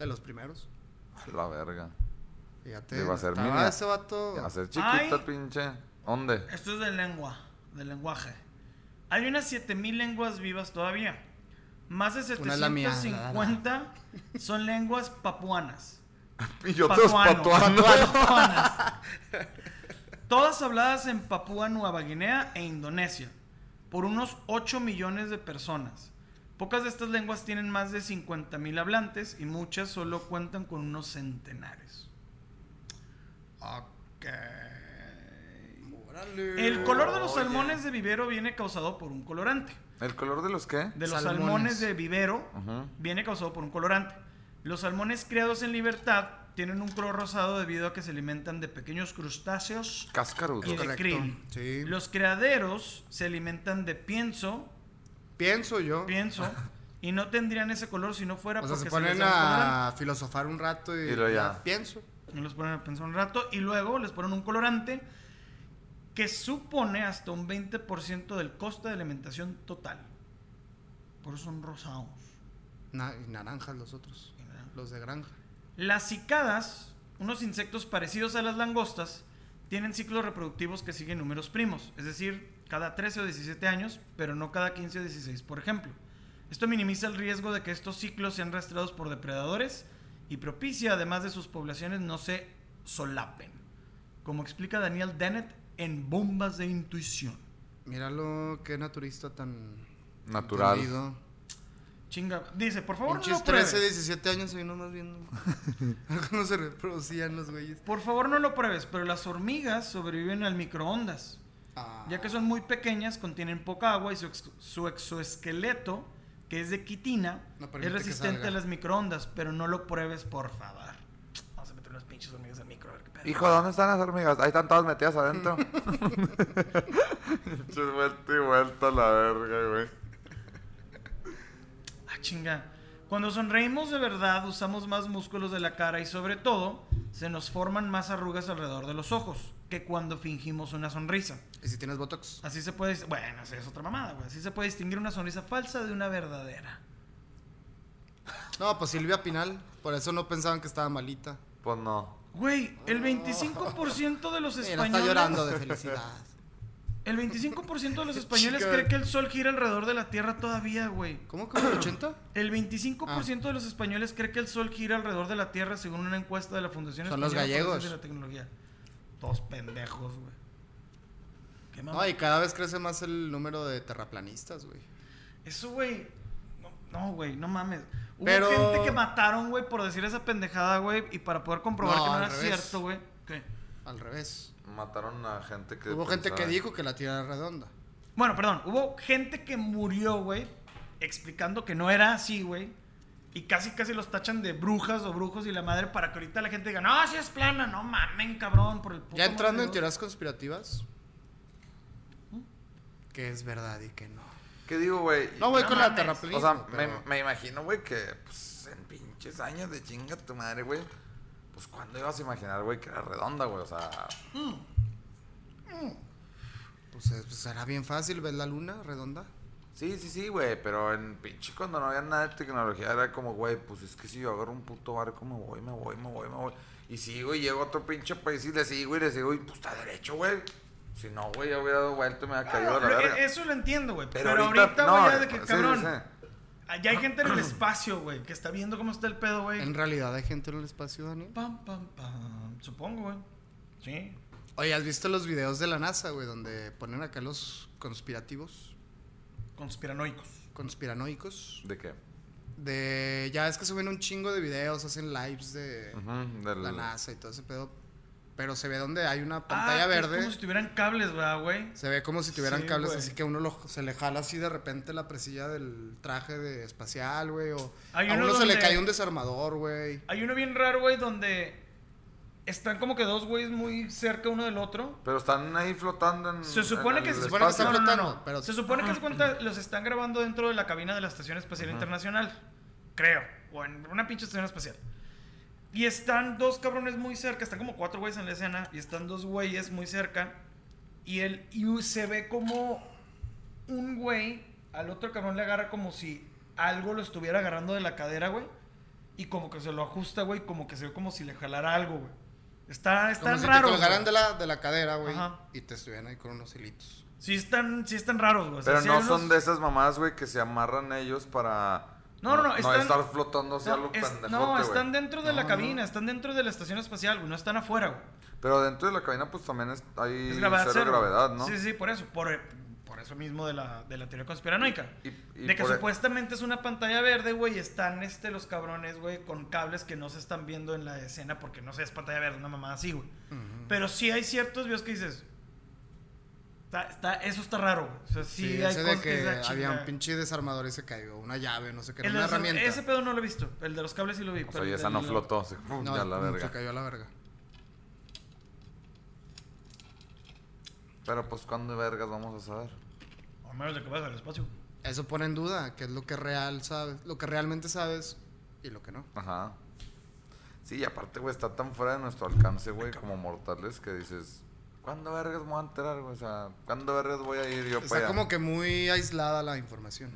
De los primeros. a La verga. Fíjate. Iba a ser estaba mini. ese vato. Hacer chiquito el Ay. pinche. ¿Dónde? Esto es de lengua, de lenguaje. Hay unas 7000 lenguas vivas todavía. Más de Una es la mía, 750 son lenguas papuanas. [laughs] Y otros Papuano, patuanos. [laughs] papuanas. Todas habladas en Papúa Nueva Guinea e Indonesia por unos 8 millones de personas. Pocas de estas lenguas tienen más de 50 mil hablantes y muchas solo cuentan con unos centenares. Órale. El color de los salmones de vivero viene causado por un colorante. ¿El color de los qué? De los Salmones. salmones, de vivero viene causado por un colorante. Los salmones criados en libertad tienen un color rosado debido a que se alimentan de pequeños crustáceos Cáscarudos. y de correcto. krill. Sí. Los criaderos se alimentan de pienso, Pienso yo. pienso, y no tendrían ese color si no fuera o sea, porque se les ponen da un colorante. a filosofar un rato y, Y luego ya. pienso. Y los ponen a pensar un rato y luego les ponen un colorante que supone hasta un 20% del coste de alimentación total. Por eso son rosados. Na- y naranjas los otros. Y naranjas. Los de granja. Las cicadas, unos insectos parecidos a las langostas, tienen ciclos reproductivos que siguen números primos, es decir, cada 13 o 17 años, pero no cada 15 o 16, por ejemplo. Esto minimiza el riesgo de que estos ciclos sean rastreados por depredadores y propicia además de sus poblaciones no se solapen, como explica Daniel Dennett en Bombas de Intuición. Míralo, qué naturista tan. Natural. entendido. Chinga, dice, por favor, no Pinches lo pruebes. 13, 17 años y no más viendo. [laughs] ¿Cómo se reproducían los güeyes? Por favor, no lo pruebes, pero las hormigas sobreviven al microondas. Ah, Ya que son muy pequeñas, contienen poca agua y su, ex- su exoesqueleto, que es de quitina, No permite es que resistente salga. a las microondas, pero no lo pruebes, por favor. Vamos a meter unas pinches hormigas al micro, a ver qué pedo. Hijo, ¿dónde están las hormigas? Ahí están todas metidas [laughs] adentro. Pinche vuelta y vuelta a la verga, güey. Ah, chinga. Cuando sonreímos de verdad, usamos más músculos de la cara y sobre todo, se nos forman más arrugas alrededor de los ojos que cuando fingimos una sonrisa. ¿Y si tienes botox? Así se puede... Bueno, esa es otra mamada, güey. Así se puede distinguir una sonrisa falsa de una verdadera. No, pues Silvia Pinal. Por eso no pensaban que estaba malita. Pues no. Güey, el 25% de [laughs] los Mira, españoles... Oh. está llorando de felicidad. El 25% [laughs] de los españoles Chica. cree que el sol gira alrededor de la Tierra todavía, güey. ¿Cómo? ¿Cómo? ¿El 80? El 25% Ah. de los españoles cree que el sol gira alrededor de la Tierra según una encuesta de la Fundación Son los Española para gallegos. la Ciencia y la Tecnología. Todos pendejos, güey. Qué mamá. No, y cada vez crece más el número de terraplanistas, güey. Eso, güey. no- No, güey, no mames. Hubo Pero- gente que mataron, güey, por decir esa pendejada, güey, y para poder comprobar No, que no al era revés. cierto, güey. ¿Qué? Al revés. Mataron a gente que. Hubo gente que pensaba- dijo que la tierra era redonda. Bueno, perdón, hubo gente que murió, güey, explicando que no era así, güey. Y casi, casi los tachan de brujas o brujos y la madre para que ahorita la gente diga, no, si es plana, no mamen, cabrón, por el puto Ya entrando madre, en ¿no?". teorías conspirativas. Que es verdad y que no. ¿Qué digo, güey? No voy No con la mames. terraplanista. O sea, me, me imagino, güey, que pues, en pinches años de chinga tu madre, güey. Pues cuando ibas a imaginar, güey, que era redonda, güey. O sea, Pues, es- pues será bien fácil ver la luna redonda. sí, sí, sí, güey. Pero en pinche cuando no había nada de tecnología era como, güey, pues es que si yo agarro un puto barco, me voy, me voy, me voy, me voy. Y sigo y llego a otro pinche país y le sigo y le sigo y pues está derecho, güey. Si no, güey, ya hubiera dado vuelta y me había caído a la Pero, eh, verga. Eso lo entiendo, güey. Pero, ahorita, güey, no, ya de que, sí, sí, cabrón, sí. ya hay gente en el espacio, güey, que está viendo cómo está el pedo, güey. En realidad hay gente en el espacio, Daniel. Pam, pam, pam. Supongo, güey. Sí. Oye, ¿has visto los videos de la NASA, güey? Donde ponen acá los conspirativos, Conspiranoicos. conspiranoicos. ¿De qué? De. Ya es que suben un chingo de videos, hacen lives de Ujú, del- la NASA y todo ese pedo. pero se ve donde hay una Ah, pantalla que es verde. Como si tuvieran cables, ¿verdad, güey? Se ve como si tuvieran Sí, cables, güey. así que uno lo- se le jala así de repente la presilla del traje de espacial, güey. O Hay a uno uno se le donde- Ah, cae un desarmador, güey. Hay uno bien raro, güey, donde están como que dos güeyes muy cerca uno del otro. Pero están ahí flotando en. Mm, Se supone en que el se supone que espacio. No, están no, no, flotando, no. pero- Se supone que haz cuenta, los están grabando dentro de la cabina de la Estación Espacial Internacional. Creo. O en una pinche estación espacial. Y están dos cabrones muy cerca. Están como cuatro güeyes en la escena. Y están dos güeyes muy cerca. Y, el, y se ve como un güey al otro cabrón le agarra como si algo lo estuviera agarrando de la cadera, güey. Y como que se lo ajusta, güey. Como que se ve como si le jalara algo, güey. Está, está Como si raro. te colgaran güey. de la, de la cadera, güey. Ajá. Y te estuvieran ahí con unos hilitos. Sí están, sí están raros, güey. O sea, Pero sí no hay son unos- de esas mamás, güey, que se amarran ellos para. No, no, no, están- estar flotando hacia algo No, es- pendejote, no, güey. están dentro de la cabina, están dentro de la estación espacial, güey. No están afuera, güey. Pero dentro de la cabina, pues también es- hay Es gravedad cero, cero. gravedad, ¿no? Sí, sí, por eso. Por, eh, por eso mismo de la, de la teoría conspiranoica. Y- y de que por- e- supuestamente es una pantalla verde, güey, y están este, los cabrones, güey, con cables que no se están viendo en la escena porque no sé, es pantalla verde, una mamada así, güey. Pero sí hay ciertos videos que dices. Está, está- eso está raro, güey. O sea, sí, Sí, hay ese cosas de que, que dices, "Ah, había un chinga". pinche desarmador y se cayó, una llave, no sé qué, era El una de- herramienta. Ese pedo no lo he visto. El de los cables sí lo vi. O sea, pero y el esa no del- flotó. Se... No, mm, ya la se verga. cayó a la verga. Pero pues, ¿cuándo vergas vamos a saber? A menos de que vayas al espacio. Eso pone en duda qué es lo que real sabes, lo que realmente sabes y lo que no. Ajá. Sí, y aparte, güey, está tan fuera de nuestro alcance, güey, como mortales, que dices, ¿cuándo vergas me voy a enterar, güey? O sea, ¿cuándo vergas voy a ir yo para Está allá? como que muy aislada la información.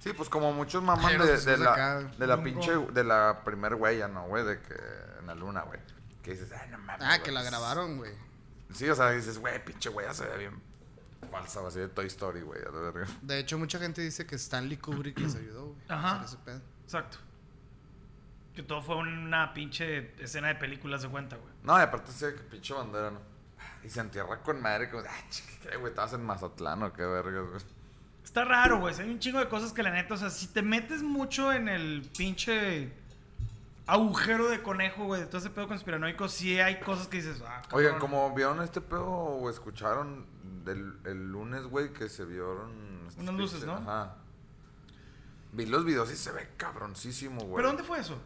Sí, pues como muchos mamás Ay, de, nos de pusimos acá, la, de la rumbo. pinche, de la primer huella, ¿no, güey? De que en la luna, güey. Que dices, ay, no mames. Ah, güey, que la pues, grabaron, güey. Sí, o sea, dices, güey, pinche huella se ve bien falsa, güey, así de Toy Story, güey, a la verga. De hecho, mucha gente dice que Stanley Kubrick les ayudó, güey. a Ajá. hacer ese pedo. Exacto. Que todo fue una pinche escena de películas de cuenta, güey. No, y aparte sí, que pinche bandera, ¿no? Y se entierra con madre, como, ah, chica, ¿qué, güey? Estabas en Mazatlán o qué vergas, güey. Está raro, güey. Hay un chingo de cosas que la neta, o sea, si te metes mucho en el pinche agujero de conejo, güey, de todo ese pedo conspiranoico, sí hay cosas que dices, ah, cabrón. Oigan, como vieron este pedo o escucharon del, el lunes, güey, que se vieron... estas Unas luces, pinches- ¿no? Ajá. Vi los videos y se ve cabroncísimo, güey. ¿Pero dónde fue [laughs] eso?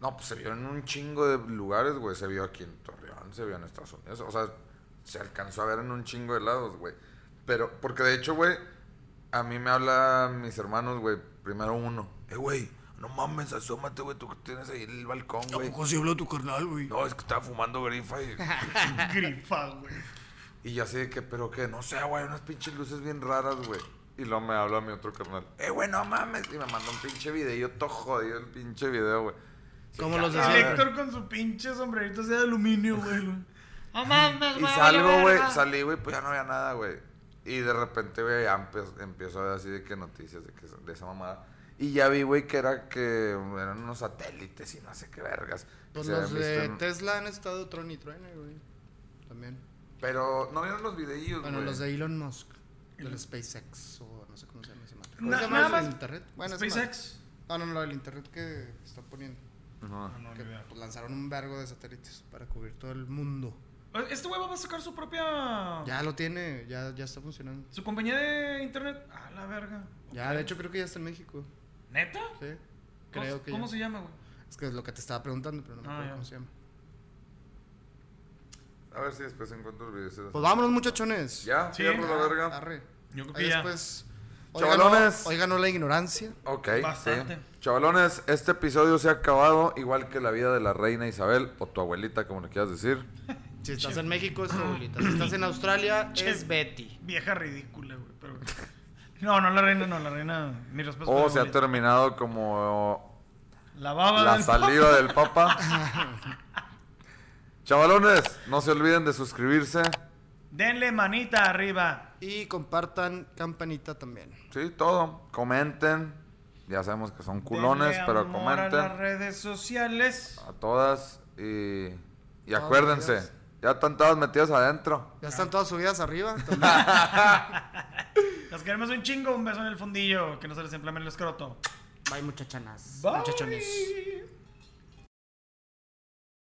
No, pues se vio en un chingo de lugares, güey. Se vio aquí en Torreón, se vio en Estados Unidos. O sea, se alcanzó a ver en un chingo de lados, güey. Pero, porque de hecho, güey, a mí me hablan mis hermanos, güey. Primero uno. Eh, güey, no mames, asómate, güey. Tú que tienes ahí el balcón, güey. si habló tu carnal, güey? No, es que estaba fumando grifa y... Grifa, güey. Y ya sé que, pero que no sé, güey, unas pinches luces bien raras, güey. Y luego me habla mi otro carnal. Eh, güey, no mames. Y me mandó un pinche video. Yo todo jodido el pinche video, güey. Como los de El ver. Héctor con su pinche sombrerito así de aluminio, güey. [laughs] No mames, Y Pues güey. salgo, vale güey, verga. salí, güey, pues ya no había nada, güey. Y de repente, güey, ya empe- empiezo a ver así de que noticias de, que, de esa mamada. Y ya vi, güey, que era que eran unos satélites y no sé qué vergas. que Pues se los habían visto de en- Tesla han estado tron y truene, güey. También. Pero no vieron los videillos, güey. Bueno, los de Elon Musk. Del SpaceX o no sé cómo se llama ese madre. ¿Cómo Na- se llama nada eso del más- internet? Bueno, esa madre. SpaceX. Ah, No, no, no, el internet que está poniendo. Ajá. No, ni Que idea. pues, lanzaron un vergo de satélites para cubrir todo el mundo. Este güey va a sacar su propia. Ya lo tiene, ya, ya está funcionando. Su compañía de internet. Ah, la verga. Ya, de hecho creo que ya está en México. ¿Neta? Sí. ¿Cómo- Creo que ¿Cómo ya. se llama, güey? Es que es lo que te estaba preguntando, pero no me Ah, acuerdo ya. cómo se llama. A ver si después encuentro los videos. Pues vámonos, muchachones. Ya, Sí. cierro la verga. Arre. Yo creo que Ahí ya. después. Hoy Chavalones. ganó, hoy ganó la ignorancia. Ok, Bastante. sí. Chavalones, este episodio se ha acabado igual que la vida de la reina Isabel o tu abuelita, como le quieras decir. Si estás en México es tu abuelita. Si estás en [coughs] Australia es Betty. Vieja ridícula, güey. Pero... [laughs] No, no la reina, no, la reina. Mi Pues respeto. O para Oh, se ha abuelita. terminado como La baba la del saliva del [laughs] papa. Chavalones, no se olviden de suscribirse. Denle manita arriba. Y compartan campanita también. Sí, todo. Comenten. Ya sabemos que son culones, Denle pero amor A las comenten. redes sociales. A todas. Y, y Todos acuérdense, metidos. ya están todas metidas adentro. Ya Ah. están todas [laughs] subidas arriba. también. Las queremos un chingo. Un beso en el fundillo. Que no se les inflame el escroto. Bye muchachanas. Bye. Muchachones. Muchachones.